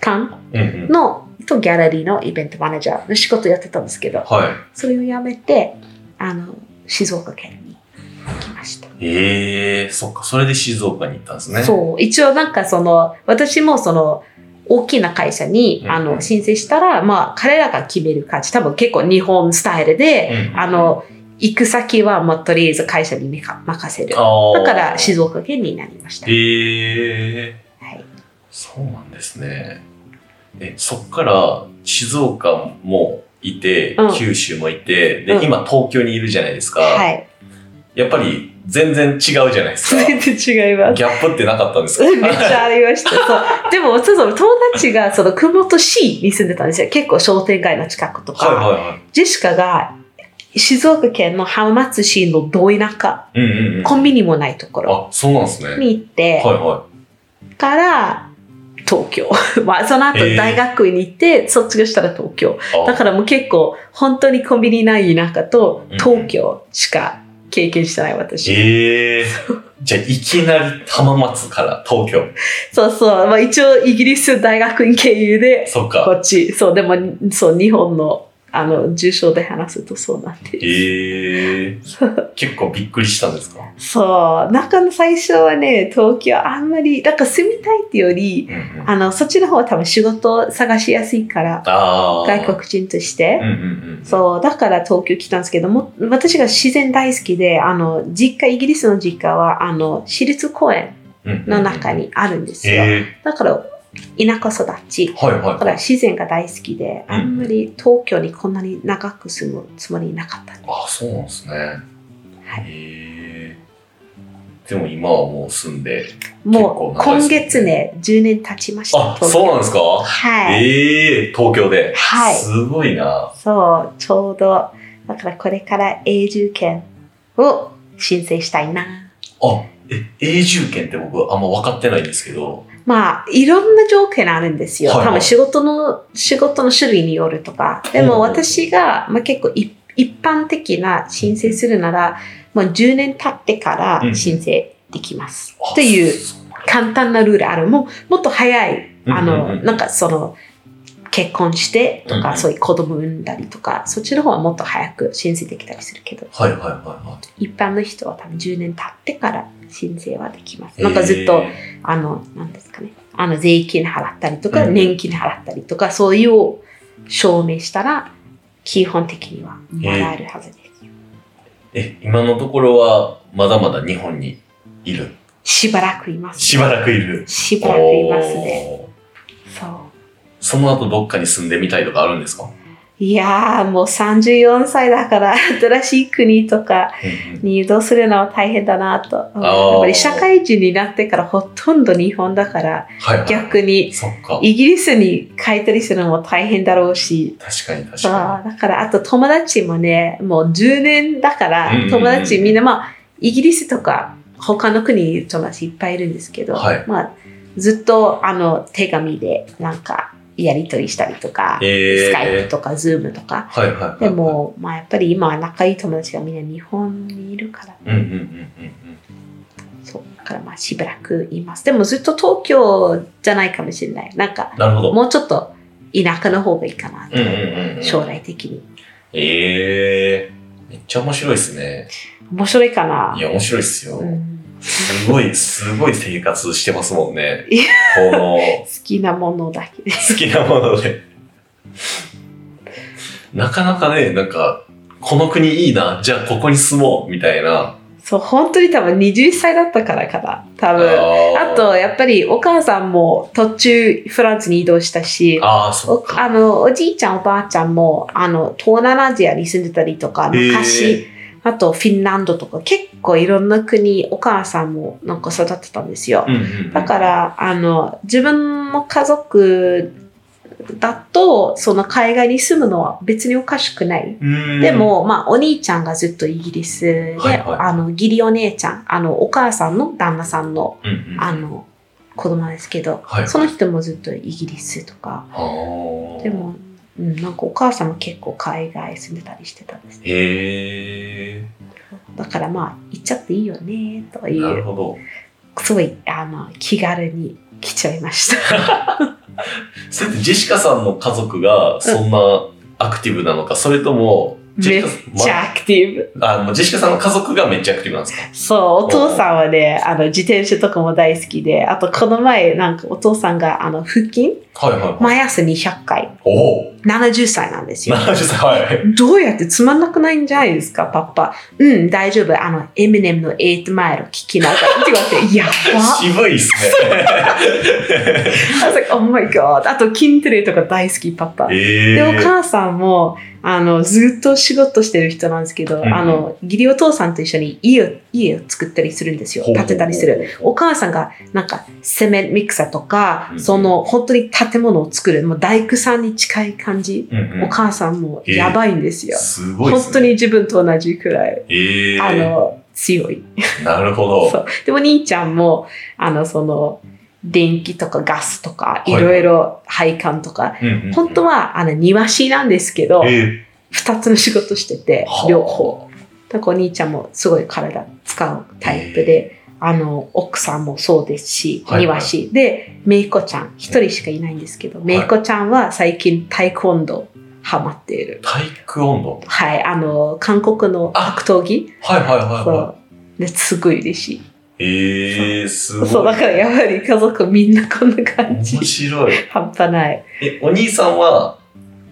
Speaker 2: 館
Speaker 1: うんうん。
Speaker 2: の、とギャラリーのイベントマネージャーの仕事やってたんですけど、
Speaker 1: はい。
Speaker 2: それを辞めて、あの、静岡県に来ました。
Speaker 1: ええー、そっか、それで静岡に行ったんですね。う。
Speaker 2: そう一応なんかその私もその大きな会社に、
Speaker 1: うん
Speaker 2: あの申請したら、まあ、彼らが決める感じ多分結構日本スタイルで、
Speaker 1: うん
Speaker 2: あの行く先は、まあ、とりあえず会社にめか任せる
Speaker 1: あ
Speaker 2: だから
Speaker 1: 静
Speaker 2: 静岡県になりました、
Speaker 1: ええ
Speaker 2: はい、
Speaker 1: そうなんですね。え、そっから静岡もいて、
Speaker 2: うん
Speaker 1: 九州もいて、で、
Speaker 2: うん
Speaker 1: 今東京にいるじゃないですか。
Speaker 2: はい、
Speaker 1: やっぱり全然違うじゃないですか。
Speaker 2: 全然違います
Speaker 1: ギャップってなかったんですか
Speaker 2: <laughs> めっちゃありましたそうでもそうそう友達がその熊本市に住んでたんですよ結構商店街の近くとか、
Speaker 1: はいは
Speaker 2: ジェシカが静岡県の浜松市のど田舎
Speaker 1: いはい。うんうんうん。
Speaker 2: コンビニもないところ
Speaker 1: あ、そうなんですね。はい
Speaker 2: に行って
Speaker 1: は
Speaker 2: から東京 <laughs> まあその後
Speaker 1: へえ
Speaker 2: 大学院に行って卒業したら東京
Speaker 1: い。あ
Speaker 2: だからもう結構本当にコンビニない田舎と
Speaker 1: うん
Speaker 2: 東京しか経験してない私、
Speaker 1: ええじゃあ、いきなり浜松から東京。
Speaker 2: そうそう、まあ、一応イギリス大学院経由で
Speaker 1: そっ
Speaker 2: こ
Speaker 1: か。
Speaker 2: っちそうでもそう日本のあの重症で話すとそうなんで
Speaker 1: ええ
Speaker 2: <laughs>
Speaker 1: 結構びっくりしたんですか
Speaker 2: そう中の最初はね東京あんまりなんか住みたいってより
Speaker 1: うんうん
Speaker 2: あのそっちの方は多分仕事探しやすいから
Speaker 1: ああ。
Speaker 2: 外国人として。
Speaker 1: うんうんうん。
Speaker 2: そう、だから東京来たんですけども、私が自然大好きで、あの、実家、イギリスの実家は、あの、私立公園
Speaker 1: うん
Speaker 2: の中。にあるんですよ。
Speaker 1: え
Speaker 2: だから、田舎育ち
Speaker 1: え。はいはい。
Speaker 2: だから自然が大好きで、
Speaker 1: うん
Speaker 2: あんまり東京にこんなに長く住むつもりなかった。
Speaker 1: あ、そうなんですね。
Speaker 2: は
Speaker 1: へ
Speaker 2: い
Speaker 1: えでも今はもう住んで。
Speaker 2: もう、
Speaker 1: 結構長いで
Speaker 2: 今
Speaker 1: すね
Speaker 2: 月ね、10年経ちました。
Speaker 1: あ、
Speaker 2: 東京
Speaker 1: そうなんですか
Speaker 2: はい。
Speaker 1: ええ東京で。
Speaker 2: はい
Speaker 1: すごいな。
Speaker 2: そう、ちょうど、だからこれから永住権を申請したいな。
Speaker 1: あ、え、永住権って僕あんま分かってないんですけど。
Speaker 2: まあ、いろんな条件あるんですよ。
Speaker 1: はいはい
Speaker 2: 多分仕事の、仕事の種類によるとか。で
Speaker 1: ほう
Speaker 2: も
Speaker 1: ほうほう
Speaker 2: 私が、まあ、結構い一般的な申請するなら、もう10年経ってから申請できます。
Speaker 1: あ
Speaker 2: っていう
Speaker 1: そ
Speaker 2: 簡単なルールある。もうもっと早い、
Speaker 1: うんうん
Speaker 2: あの、
Speaker 1: うん
Speaker 2: なんかその、結婚してと
Speaker 1: うんう
Speaker 2: か、
Speaker 1: ん
Speaker 2: そういう子供産んだりとか、そっちの方はもっと早く申請できたりするけど、
Speaker 1: はいはいはいはい。
Speaker 2: 一般の人は多分10年経ってから申請はできます。なんかずっと、
Speaker 1: へ
Speaker 2: あの、なんですかね。あの、税金払ったりとか、
Speaker 1: うん
Speaker 2: 年金払ったりとか、そういうを証明したら、基本的にはもらえるはずです。
Speaker 1: ええ、今のところはまだまだ日本にいる。
Speaker 2: しばらくいます、
Speaker 1: しばらくいる。
Speaker 2: しばらくいますね。
Speaker 1: おー
Speaker 2: そう。
Speaker 1: その後どっかに住んでみたいとかあるんですか、
Speaker 2: いやー、もう34歳だから、新しい国とかに移動するのは大変だなと。うんやっぱり社会人になってからほとんど日本だから、
Speaker 1: はいはい。
Speaker 2: 逆に
Speaker 1: そっか。
Speaker 2: イギリスに帰ったりするのも大変だろうし、
Speaker 1: 確かに確か
Speaker 2: あーだから、あと友達もね、もう10年だから
Speaker 1: うんうんうん、
Speaker 2: 友達みんな、まあ、イギリスとか、他の国に友達いっぱいいるんですけど、
Speaker 1: はい
Speaker 2: まあ、ずっと、あの、手紙で、なんか、やり取りしたりとか、
Speaker 1: に。えー、
Speaker 2: スカイプとか、ズームとか。
Speaker 1: はいはいはいはい。
Speaker 2: でも、まあ、やっぱり今は仲いい友達がみんな日本にいるから、
Speaker 1: うんうんうんうん
Speaker 2: そう、だからまあ、しばらくいます。でも、ずっと東京じゃないかもしれない。なんか
Speaker 1: う、ん。なるほど。
Speaker 2: もうちょっと田舎の方がいいかなと、
Speaker 1: うんうんうんうん
Speaker 2: 将来的に。
Speaker 1: ええー、めっちゃ面白いですね。。
Speaker 2: 面白いかない
Speaker 1: や、面白いっすよ。
Speaker 2: うん
Speaker 1: すごい、すごい生活してますもんね
Speaker 2: いや。
Speaker 1: この、
Speaker 2: 好きなものだけ <laughs> で。
Speaker 1: 好きなもので。なかなかね、なんか、この国いいな、じゃあここに住もう、みたいな。
Speaker 2: そう、本当に多分20歳だったからかな。多分。
Speaker 1: ー
Speaker 2: あ、と、やっぱりお母さんも途中フランスに移動したし、
Speaker 1: ああ、そっ
Speaker 2: お
Speaker 1: か。
Speaker 2: あの、おじいちゃんおばあちゃんも、あの、東南アジアに住んでたりとか、昔、
Speaker 1: え
Speaker 2: あとフィンランドとか、結構いろんな国、お母さんもなんか育ってたんですよ
Speaker 1: ー。うんうんうん、
Speaker 2: だから、あの、自分の家族だと、その海外に住むのは別におかしくない。
Speaker 1: うん、
Speaker 2: でも、まあ、お兄ちゃんがずっとイギリスで、
Speaker 1: はいはい
Speaker 2: あの、義理お姉ちゃん、あの、お母さんの旦那さんの、
Speaker 1: うんうん、
Speaker 2: あの、子供ですけど、
Speaker 1: はいはい
Speaker 2: その人もずっとイギリスとか、
Speaker 1: あー
Speaker 2: で、も、うん、なんかお母さんも結構海外住んでたりしてたんです。
Speaker 1: へえ
Speaker 2: だからまあ、行っちゃっていいよね、とい
Speaker 1: ー、なる
Speaker 2: う、
Speaker 1: ほど。
Speaker 2: すごい、あの、気軽に来ちゃいました。
Speaker 1: それってジェシカさんの家族がそんなアクティブなのか、それとも、ジ
Speaker 2: め
Speaker 1: ェ
Speaker 2: っ
Speaker 1: シカ
Speaker 2: ちゃアクティブ。
Speaker 1: まあのジェシカさんの家族がめっちゃアクティブなんですか
Speaker 2: そう、お父さんはね、あの、自転車とかも大好きで、あとこの前、なんかお父さんが、あの、腹筋、
Speaker 1: はいはいはい。
Speaker 2: 毎朝200回、
Speaker 1: おお
Speaker 2: 70歳なんですよ。
Speaker 1: !70 歳、はい。
Speaker 2: どうやってつまんなくないんじゃないですか、パパ。うん、大丈夫。あの、エミネムの8マイルを聞きながら。って言われ
Speaker 1: <laughs>
Speaker 2: て、やば。
Speaker 1: 渋いっすね。
Speaker 2: I was like, oh my god. あと、筋トレとか大好き、パパ。
Speaker 1: え
Speaker 2: で、お
Speaker 1: ー、
Speaker 2: 母さんも、あの、ずっと仕事してる人なんですけど、
Speaker 1: うん
Speaker 2: あの、義理お父さんと一緒に家を、家を作ったりするんですよ。建てたりする。
Speaker 1: ほうほうほうほう。
Speaker 2: お母さんが、なんか、セメントミキサーとか
Speaker 1: う、ん
Speaker 2: その、本当に建物を作る、もう大工さんに近い感じ。
Speaker 1: うんうん
Speaker 2: お母さんも
Speaker 1: へえ
Speaker 2: やばいんですよ。
Speaker 1: すごいっすね。
Speaker 2: 本当に自分と同じくらい、
Speaker 1: え
Speaker 2: あ
Speaker 1: ー、
Speaker 2: の、強い。
Speaker 1: なるほど。
Speaker 2: そう。でも兄ちゃんも、あの、その、電気とかガスとか、
Speaker 1: い
Speaker 2: いろいろ配管とか、
Speaker 1: うんうんうん
Speaker 2: 本当は、あの、庭師なんですけど、
Speaker 1: え
Speaker 2: 二つの仕事してて
Speaker 1: は、あ
Speaker 2: 両方。だからお兄ちゃんもすごい体使うタイプで、あの、奥さんもそうですし、
Speaker 1: はいはい
Speaker 2: 庭師。で、めいこちゃん、一人しかいないんですけど、めいこちゃんは最近タイコンドーハマっている。
Speaker 1: ー、体育温度
Speaker 2: はい、あの、韓国の格闘技。
Speaker 1: はいはいはい
Speaker 2: そ
Speaker 1: は
Speaker 2: う。ですごい嬉しい。
Speaker 1: い。えー、すごい。
Speaker 2: そう、だからやはり家族みんなこんな感
Speaker 1: 面
Speaker 2: じ。
Speaker 1: 白い。
Speaker 2: 半端ない。
Speaker 1: え、お兄さんは、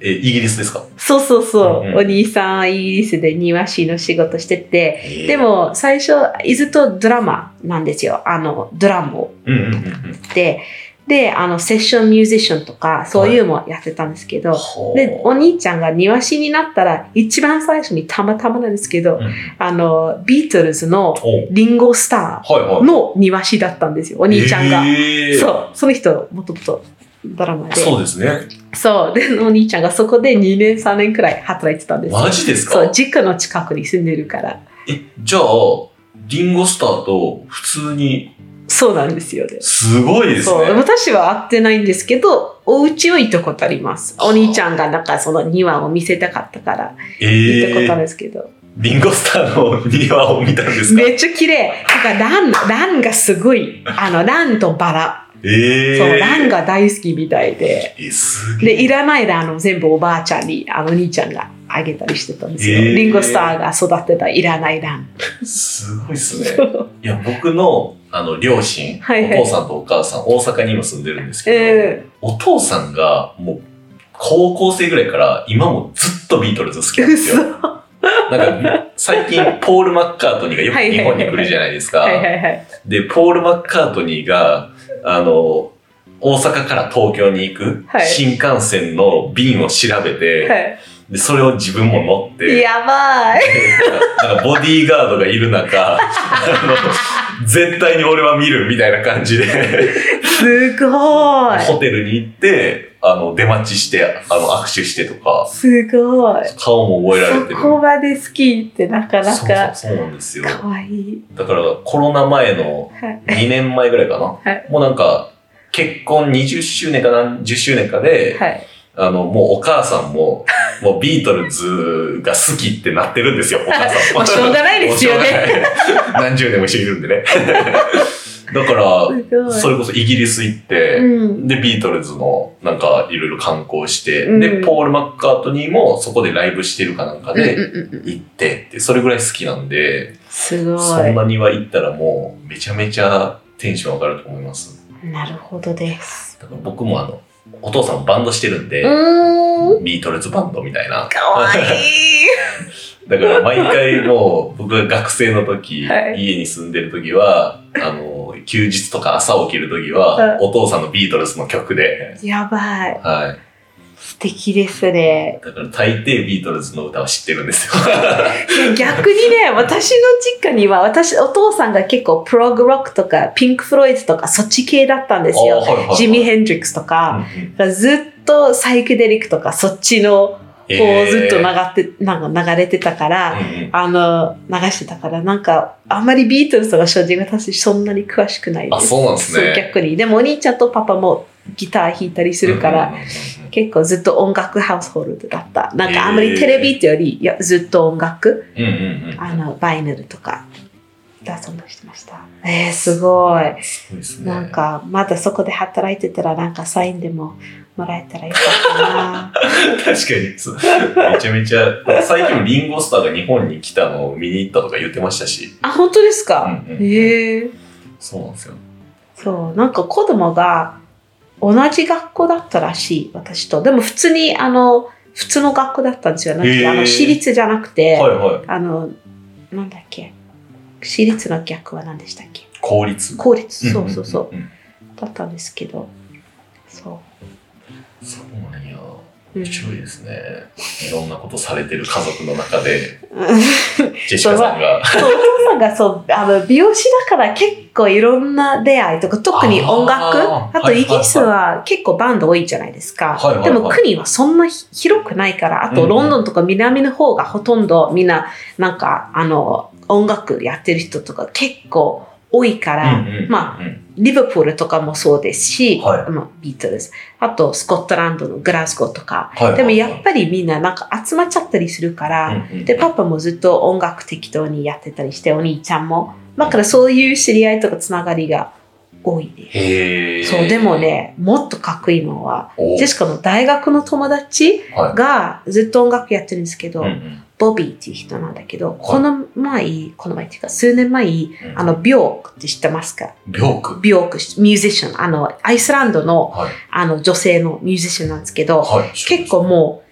Speaker 1: え、イギリスですか
Speaker 2: そうそうそう。
Speaker 1: うんうん
Speaker 2: お兄さんはイギリスで庭師の仕事してて、で
Speaker 1: で、
Speaker 2: も最初、伊豆とドラマなんですよ。あの、ドラムを
Speaker 1: うんうんうんうん。
Speaker 2: で、で、あの、セッションミュージシャンとか、そういうのもやってたんですけど、
Speaker 1: ほう
Speaker 2: で、お兄ちゃんが庭師になったら、一番最初にたまたまなんですけど、
Speaker 1: うん
Speaker 2: あの、ビートルズ
Speaker 1: お
Speaker 2: の
Speaker 1: はい
Speaker 2: リンゴスタ
Speaker 1: は
Speaker 2: ー
Speaker 1: い。
Speaker 2: の庭師だったんですよ、お兄ちゃんが。
Speaker 1: えー、
Speaker 2: そう、その人、もともとドラマで。
Speaker 1: そうですね。
Speaker 2: そう。で、お兄ちゃんがそこで2年、3年くらい働いてたんですよ
Speaker 1: マジですか
Speaker 2: そう、実家の近くに住んでるから。
Speaker 1: え、じゃあ、リンゴスターと普通に、
Speaker 2: そうなんですよね。
Speaker 1: すごいです
Speaker 2: そう
Speaker 1: ね。
Speaker 2: 私は会ってないんですけど、お家は行ったことあります。お兄ちゃんがなんかその庭を見せたかったから、
Speaker 1: え
Speaker 2: 行ったことある
Speaker 1: ー、
Speaker 2: んですけど。
Speaker 1: リンゴスターの庭を見たんですか
Speaker 2: めっちゃ綺麗。なんかラン、ランがすごい。あの、ランとバラ。
Speaker 1: えー、
Speaker 2: そう、ランが大好きみたいで。
Speaker 1: え、すげえ。
Speaker 2: で、いらないランを全部おばあちゃんに、あの、お兄ちゃんがあげたりしてたんですよ。
Speaker 1: えー
Speaker 2: リンゴスターが育てたいらないラン。
Speaker 1: すごいっすね。いや、僕の、あの、両親、
Speaker 2: はいはい
Speaker 1: お父さんとお母さん、大阪に今住んでるんですけど、
Speaker 2: え
Speaker 1: お父さんが、もう、高校生ぐらいから、今もずっとビートルズ好き
Speaker 2: え
Speaker 1: なんですよ。
Speaker 2: 嘘
Speaker 1: なんか、最近、ポール・マッカートニーがよく日本に来るじゃないですか。
Speaker 2: はいはいはい。
Speaker 1: で、ポール・マッカートニーが、あの、大阪から東京に行く
Speaker 2: はい
Speaker 1: 新幹線の便を調べて、
Speaker 2: は
Speaker 1: でそれを自分も乗って、
Speaker 2: い、やばい。
Speaker 1: なんかボディーガードがいる中、あの絶対に俺は見るみたいな感じで、
Speaker 2: すごい。
Speaker 1: ホテルに行って、あの、出待ちして、あの、握手してとか、
Speaker 2: すごい。
Speaker 1: 顔も覚えられて
Speaker 2: そ
Speaker 1: る。
Speaker 2: こまで好きってなかな
Speaker 1: そうそう
Speaker 2: か
Speaker 1: そうなんですよ。
Speaker 2: 可愛い。
Speaker 1: だから、コロナ前の
Speaker 2: はい。
Speaker 1: 2年前ぐらいかな。
Speaker 2: はい
Speaker 1: もうなんか、結婚20周年か何十周年かで、
Speaker 2: はい。
Speaker 1: あの、もうお母さんも、 <laughs> もうビートルズが好きってなってるんですよ、お母
Speaker 2: <laughs>
Speaker 1: さんも。
Speaker 2: まあしょうがないですよね
Speaker 1: <laughs> もうしょうがない。何十年も一緒にいるんで
Speaker 2: <laughs>
Speaker 1: ね。だから、
Speaker 2: すごい。
Speaker 1: それこそイギリス行って、
Speaker 2: うん。
Speaker 1: で、ビートルズのなんかいろいろ観光して、
Speaker 2: うん
Speaker 1: で、ポール・マッカートニーもそこでライブしてるかなんか
Speaker 2: うん
Speaker 1: で
Speaker 2: うんうん
Speaker 1: 行ってって、それぐらい好きなんで、
Speaker 2: すご
Speaker 1: そ
Speaker 2: い
Speaker 1: ん。な庭行ったらもうめちゃめちゃテンション上がると思います。
Speaker 2: なるほどです。
Speaker 1: だから僕もあの、お父さんバンドしてるん
Speaker 2: う
Speaker 1: で、
Speaker 2: ーん。
Speaker 1: ビートルズバンドみたいな。
Speaker 2: 可愛い
Speaker 1: だから毎回もう僕が学生の時、
Speaker 2: はい
Speaker 1: 家に住んでる時は、あの、休日とか朝起きる時
Speaker 2: は
Speaker 1: は、
Speaker 2: い
Speaker 1: お父さんのビートルズの曲で、
Speaker 2: やばい。
Speaker 1: はい。
Speaker 2: 素敵ですね。
Speaker 1: だから大抵ビートルズの歌は知ってるんですよ。
Speaker 2: いや逆に
Speaker 1: <laughs>
Speaker 2: ね、私の実家には、私、お父さんが結構プログロックとか、ピンク・フロイドとか、そっち系だったんです
Speaker 1: あーは
Speaker 2: よ。
Speaker 1: いはいはい
Speaker 2: ジミー・ヘンドリックスとか。
Speaker 1: うんうん
Speaker 2: だからずっとサイケデリックとか、そっちの、こ
Speaker 1: え
Speaker 2: う、
Speaker 1: ー
Speaker 2: ずっと流って、なんか流れてたから、
Speaker 1: うんうん
Speaker 2: あの、流してたから、なんか、あんまりビートルズとか正直私そんなに詳しくないです。
Speaker 1: あそうなんですね
Speaker 2: そう逆に。でもお兄ちゃんとパパもギター弾いたりするか
Speaker 1: うん
Speaker 2: ら、
Speaker 1: うんうんうん
Speaker 2: 結構ずっと音楽ハウスホールだった。なん
Speaker 1: へー
Speaker 2: かあんまりテレビってより、いやずっと音楽、
Speaker 1: うんうんうん。
Speaker 2: あの、バイナルとか、だそんなしてました。えー、すごい。
Speaker 1: すごいですね。
Speaker 2: なんか、まだそこで働いてたら、なんかサインでももらえたらよかった
Speaker 1: <laughs>
Speaker 2: な。
Speaker 1: 確かにそう。めちゃめちゃ、最近もリンゴスターが日本に来たのを見に行ったとか言ってましたし。
Speaker 2: あ、本当です
Speaker 1: う
Speaker 2: か、
Speaker 1: んうん
Speaker 2: えー。
Speaker 1: そうなんですよ。
Speaker 2: そう、なんか子供が同じ学校だったらしい、私と。でも普通に、あの、普通の学校だったんですよ。なん
Speaker 1: へー
Speaker 2: かあの私立じゃなくて、
Speaker 1: はいはい。
Speaker 2: あの、なんだっけ。私立の逆は何でしたっけ
Speaker 1: 効率。
Speaker 2: 公立、そうそうそう
Speaker 1: う。んうん
Speaker 2: だったんですけど。そ
Speaker 1: うん。そうなんや。
Speaker 2: う。うん
Speaker 1: 面白いですね。いろんなことされてる家族の中で、ジェシ
Speaker 2: そう
Speaker 1: カさんが。
Speaker 2: そうお父さんがそうあの美容師だから結構いろんな出会いとか特に音楽
Speaker 1: あ
Speaker 2: あ
Speaker 1: ー
Speaker 2: とイギリスは結構バンド多いじゃないですか、
Speaker 1: はいはいはい
Speaker 2: でも国はそんな広くないからあ
Speaker 1: うんう
Speaker 2: と
Speaker 1: ん
Speaker 2: ロンドンとか南の方がほとんどみんななんかあの音楽やってる人とか結構多いから、まあ
Speaker 1: あ、うん
Speaker 2: リバプールとかもそうですし、
Speaker 1: はい
Speaker 2: あのビートルズあとスコットランドのグラスゴーとか
Speaker 1: はいはいはい
Speaker 2: でもやっぱりみんななんか集まっちゃったりするから、
Speaker 1: うんうん
Speaker 2: で、パパもずっと音楽適当にやってたりして、お兄ちゃんも。だからそういう知り合いとかつながりが多いね。
Speaker 1: へえ。
Speaker 2: そう、でも、ね、もっとかっこいいのは、
Speaker 1: お
Speaker 2: ジェシカの大学の友達
Speaker 1: はい
Speaker 2: がずっと音楽やってるんですけど、
Speaker 1: うんうん
Speaker 2: ボビーっていう人なんだけど、この前、この前っていうか数年前、
Speaker 1: うん
Speaker 2: あの、ビョークって知ってますか
Speaker 1: 病苦。
Speaker 2: ビョーク、ミュージシャン、あの、アイスランドの
Speaker 1: はい。
Speaker 2: あの女性のミュージシャンなんですけど、
Speaker 1: はい。
Speaker 2: 結構もう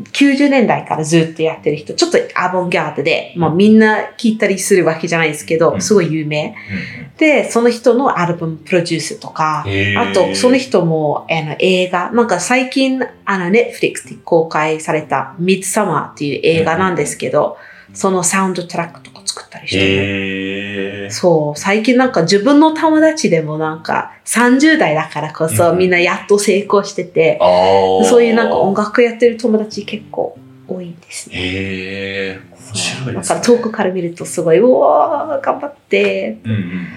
Speaker 2: 90年代からずっとやってる人ちょっとアボンギャードで、まあ、みんな聴いたりするわけじゃないです
Speaker 1: う
Speaker 2: け
Speaker 1: ん
Speaker 2: どすごい有名
Speaker 1: うん
Speaker 2: でその人のアルバムプロデュースとか
Speaker 1: うん、へー
Speaker 2: あとその、人もあの映画なんか最近あの Netflix で公開された「ミッドサマー」っていう映画なんですけどそのサウンドトラックとか作ったりしてる
Speaker 1: へえ。
Speaker 2: そう、最近なんか自分の友達でもなんか30代だからこ
Speaker 1: う
Speaker 2: そ
Speaker 1: ん
Speaker 2: みんなやっと成功してて、
Speaker 1: あー
Speaker 2: そういうなんか音楽やってる友達結構多いですね。
Speaker 1: へえ。面白い
Speaker 2: な
Speaker 1: で
Speaker 2: ん
Speaker 1: す
Speaker 2: か
Speaker 1: ね。
Speaker 2: 遠くから見るとすごい、うわー、頑張って。
Speaker 1: うんうんうん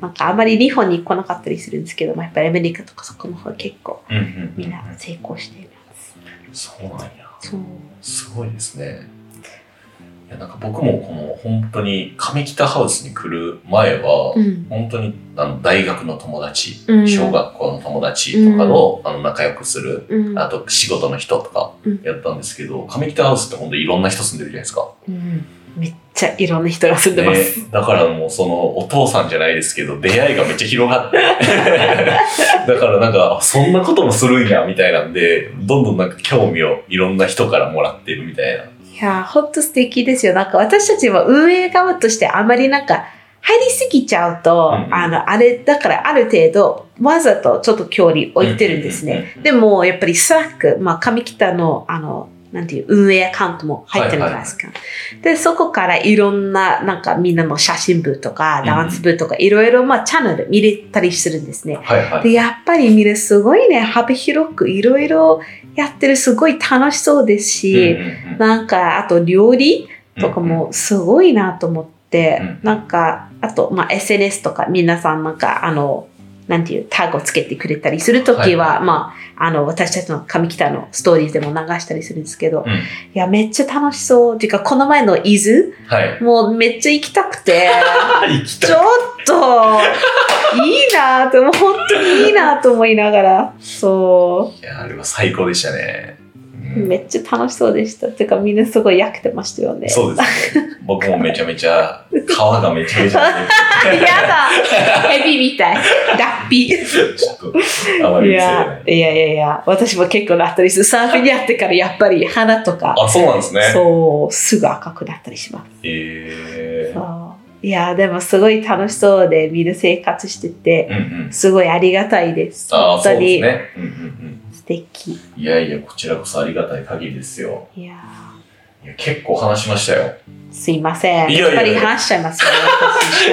Speaker 2: なんかあまり日本に来なかったりするんですけど、まあ、やっぱりアメリカとかそこの方結構
Speaker 1: うんうん。うんうんうん
Speaker 2: みんな成功しています。
Speaker 1: そうなんや。
Speaker 2: そう。
Speaker 1: すごいですね。いや、なんか僕もこの本当に上北ハウスに来る前は、
Speaker 2: うん。
Speaker 1: 本当にあの大学の友達、
Speaker 2: うん
Speaker 1: 小学校の友達とかの,、あの仲良くする、
Speaker 2: うん。
Speaker 1: あと仕事の人とか
Speaker 2: うん
Speaker 1: やったんですけど、上北ハウスって本当いろんな人住んでるじゃないですか。
Speaker 2: うん。めっちゃいろんな人が住んでます。
Speaker 1: ねだからもうそのお父さんじゃないですけど、出会いがめっちゃ広
Speaker 2: <laughs>
Speaker 1: がって、だからなんか、あそんなこともするんや、みたいなんで、どんどんなんか興味をいろんな人からもらってるみたいな
Speaker 2: いやー、ほんと素敵ですよ。なんか私たちも運営側としてあまりなんか入りすぎちゃうと、
Speaker 1: うん
Speaker 2: あの、あれ、だからある程度わざとちょっと距離置いてるんですね。
Speaker 1: うん
Speaker 2: でも、やっぱりスラック、まあ、上北の、あの、なんていう、運営アカウントも入ってるじゃないですか。で、そこからいろんな、なんかみんなの写真部とか、
Speaker 1: うん
Speaker 2: ダンス部とか、いろいろ、まあ、チャンネル見れたりするんですね。
Speaker 1: はいはい。
Speaker 2: で、やっぱりみんなすごいね、幅広くいろいろやってる、すごい楽しそうですし、
Speaker 1: うんうん
Speaker 2: なんか、あと料理
Speaker 1: うん
Speaker 2: とかもすごいなと思って、
Speaker 1: うん
Speaker 2: なんか、あと、まあ、SNS とか皆さんなんか、あの、なんていうタグをつけてくれたりするときは、
Speaker 1: はい
Speaker 2: まあ、あの、私たちの上北のストーリーズでも流したりするんですけど、
Speaker 1: うん
Speaker 2: いや、めっちゃ楽しそう。っていうか、この前の伊豆、
Speaker 1: はい。
Speaker 2: もうめっちゃ行きたく
Speaker 1: <laughs>
Speaker 2: て、
Speaker 1: 行き
Speaker 2: ち
Speaker 1: たい。
Speaker 2: ょっと、いいなと、もう本当にいいなと思いながら、そう。
Speaker 1: いや、あれは最高でしたね。うん
Speaker 2: めっちゃ楽しそうでした。てかみんなすごい焼けてましたよね。
Speaker 1: そうですね。僕もめちゃめちゃ、皮がめちゃめちゃ。
Speaker 2: やだヘビみたい。脱皮。
Speaker 1: ちょっと、あま
Speaker 2: い
Speaker 1: り見せれな
Speaker 2: や、
Speaker 1: い。
Speaker 2: いやいやいや、私も結構なったりする。サーフィンやってからやっぱり肌とか、
Speaker 1: あ、そうなんですね。
Speaker 2: そう、すぐ赤くなったりします。
Speaker 1: えー
Speaker 2: そういや、でもすごい楽しそうで、みんな生活してて、
Speaker 1: うんうん。
Speaker 2: すごいありがたいです。
Speaker 1: あー、
Speaker 2: 本
Speaker 1: そ
Speaker 2: 当
Speaker 1: うです
Speaker 2: に
Speaker 1: ね。うんうんうん。
Speaker 2: 素敵。
Speaker 1: いやいや、こちらこそありがたい限りですよ。
Speaker 2: いや
Speaker 1: いや結構話しましたよ。
Speaker 2: すいません。
Speaker 1: いやいや
Speaker 2: やっ
Speaker 1: いや
Speaker 2: ぱり話しちゃいますよ。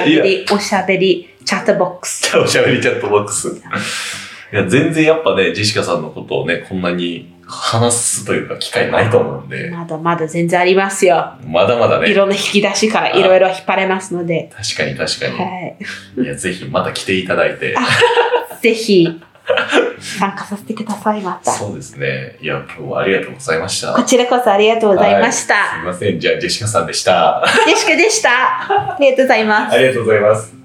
Speaker 2: 私、おしゃべり、おしゃべり、チャットボックス。
Speaker 1: おしゃべりチャットボックス。いや、全然やっぱね、ジェシカさんのことをね、こんなに話すというか機会ないと思うんで、
Speaker 2: まだまだ全然ありますよ。
Speaker 1: まだまだ
Speaker 2: い
Speaker 1: ね、
Speaker 2: ろんな引き出しからいろいろ引っ張れますので、
Speaker 1: 確かに確かに。
Speaker 2: はい
Speaker 1: や、ぜひまた来ていただいて。
Speaker 2: い、ぜひ参加させてくださいまた。こ
Speaker 1: そうですね。いや、今日はありがとうございました。
Speaker 2: ちらこそありがとうございまし
Speaker 1: は
Speaker 2: た。
Speaker 1: すみません。じゃあ、ジェシカさんでした。
Speaker 2: ジェシカでした。ありがとうございます。
Speaker 1: ありがとうございます。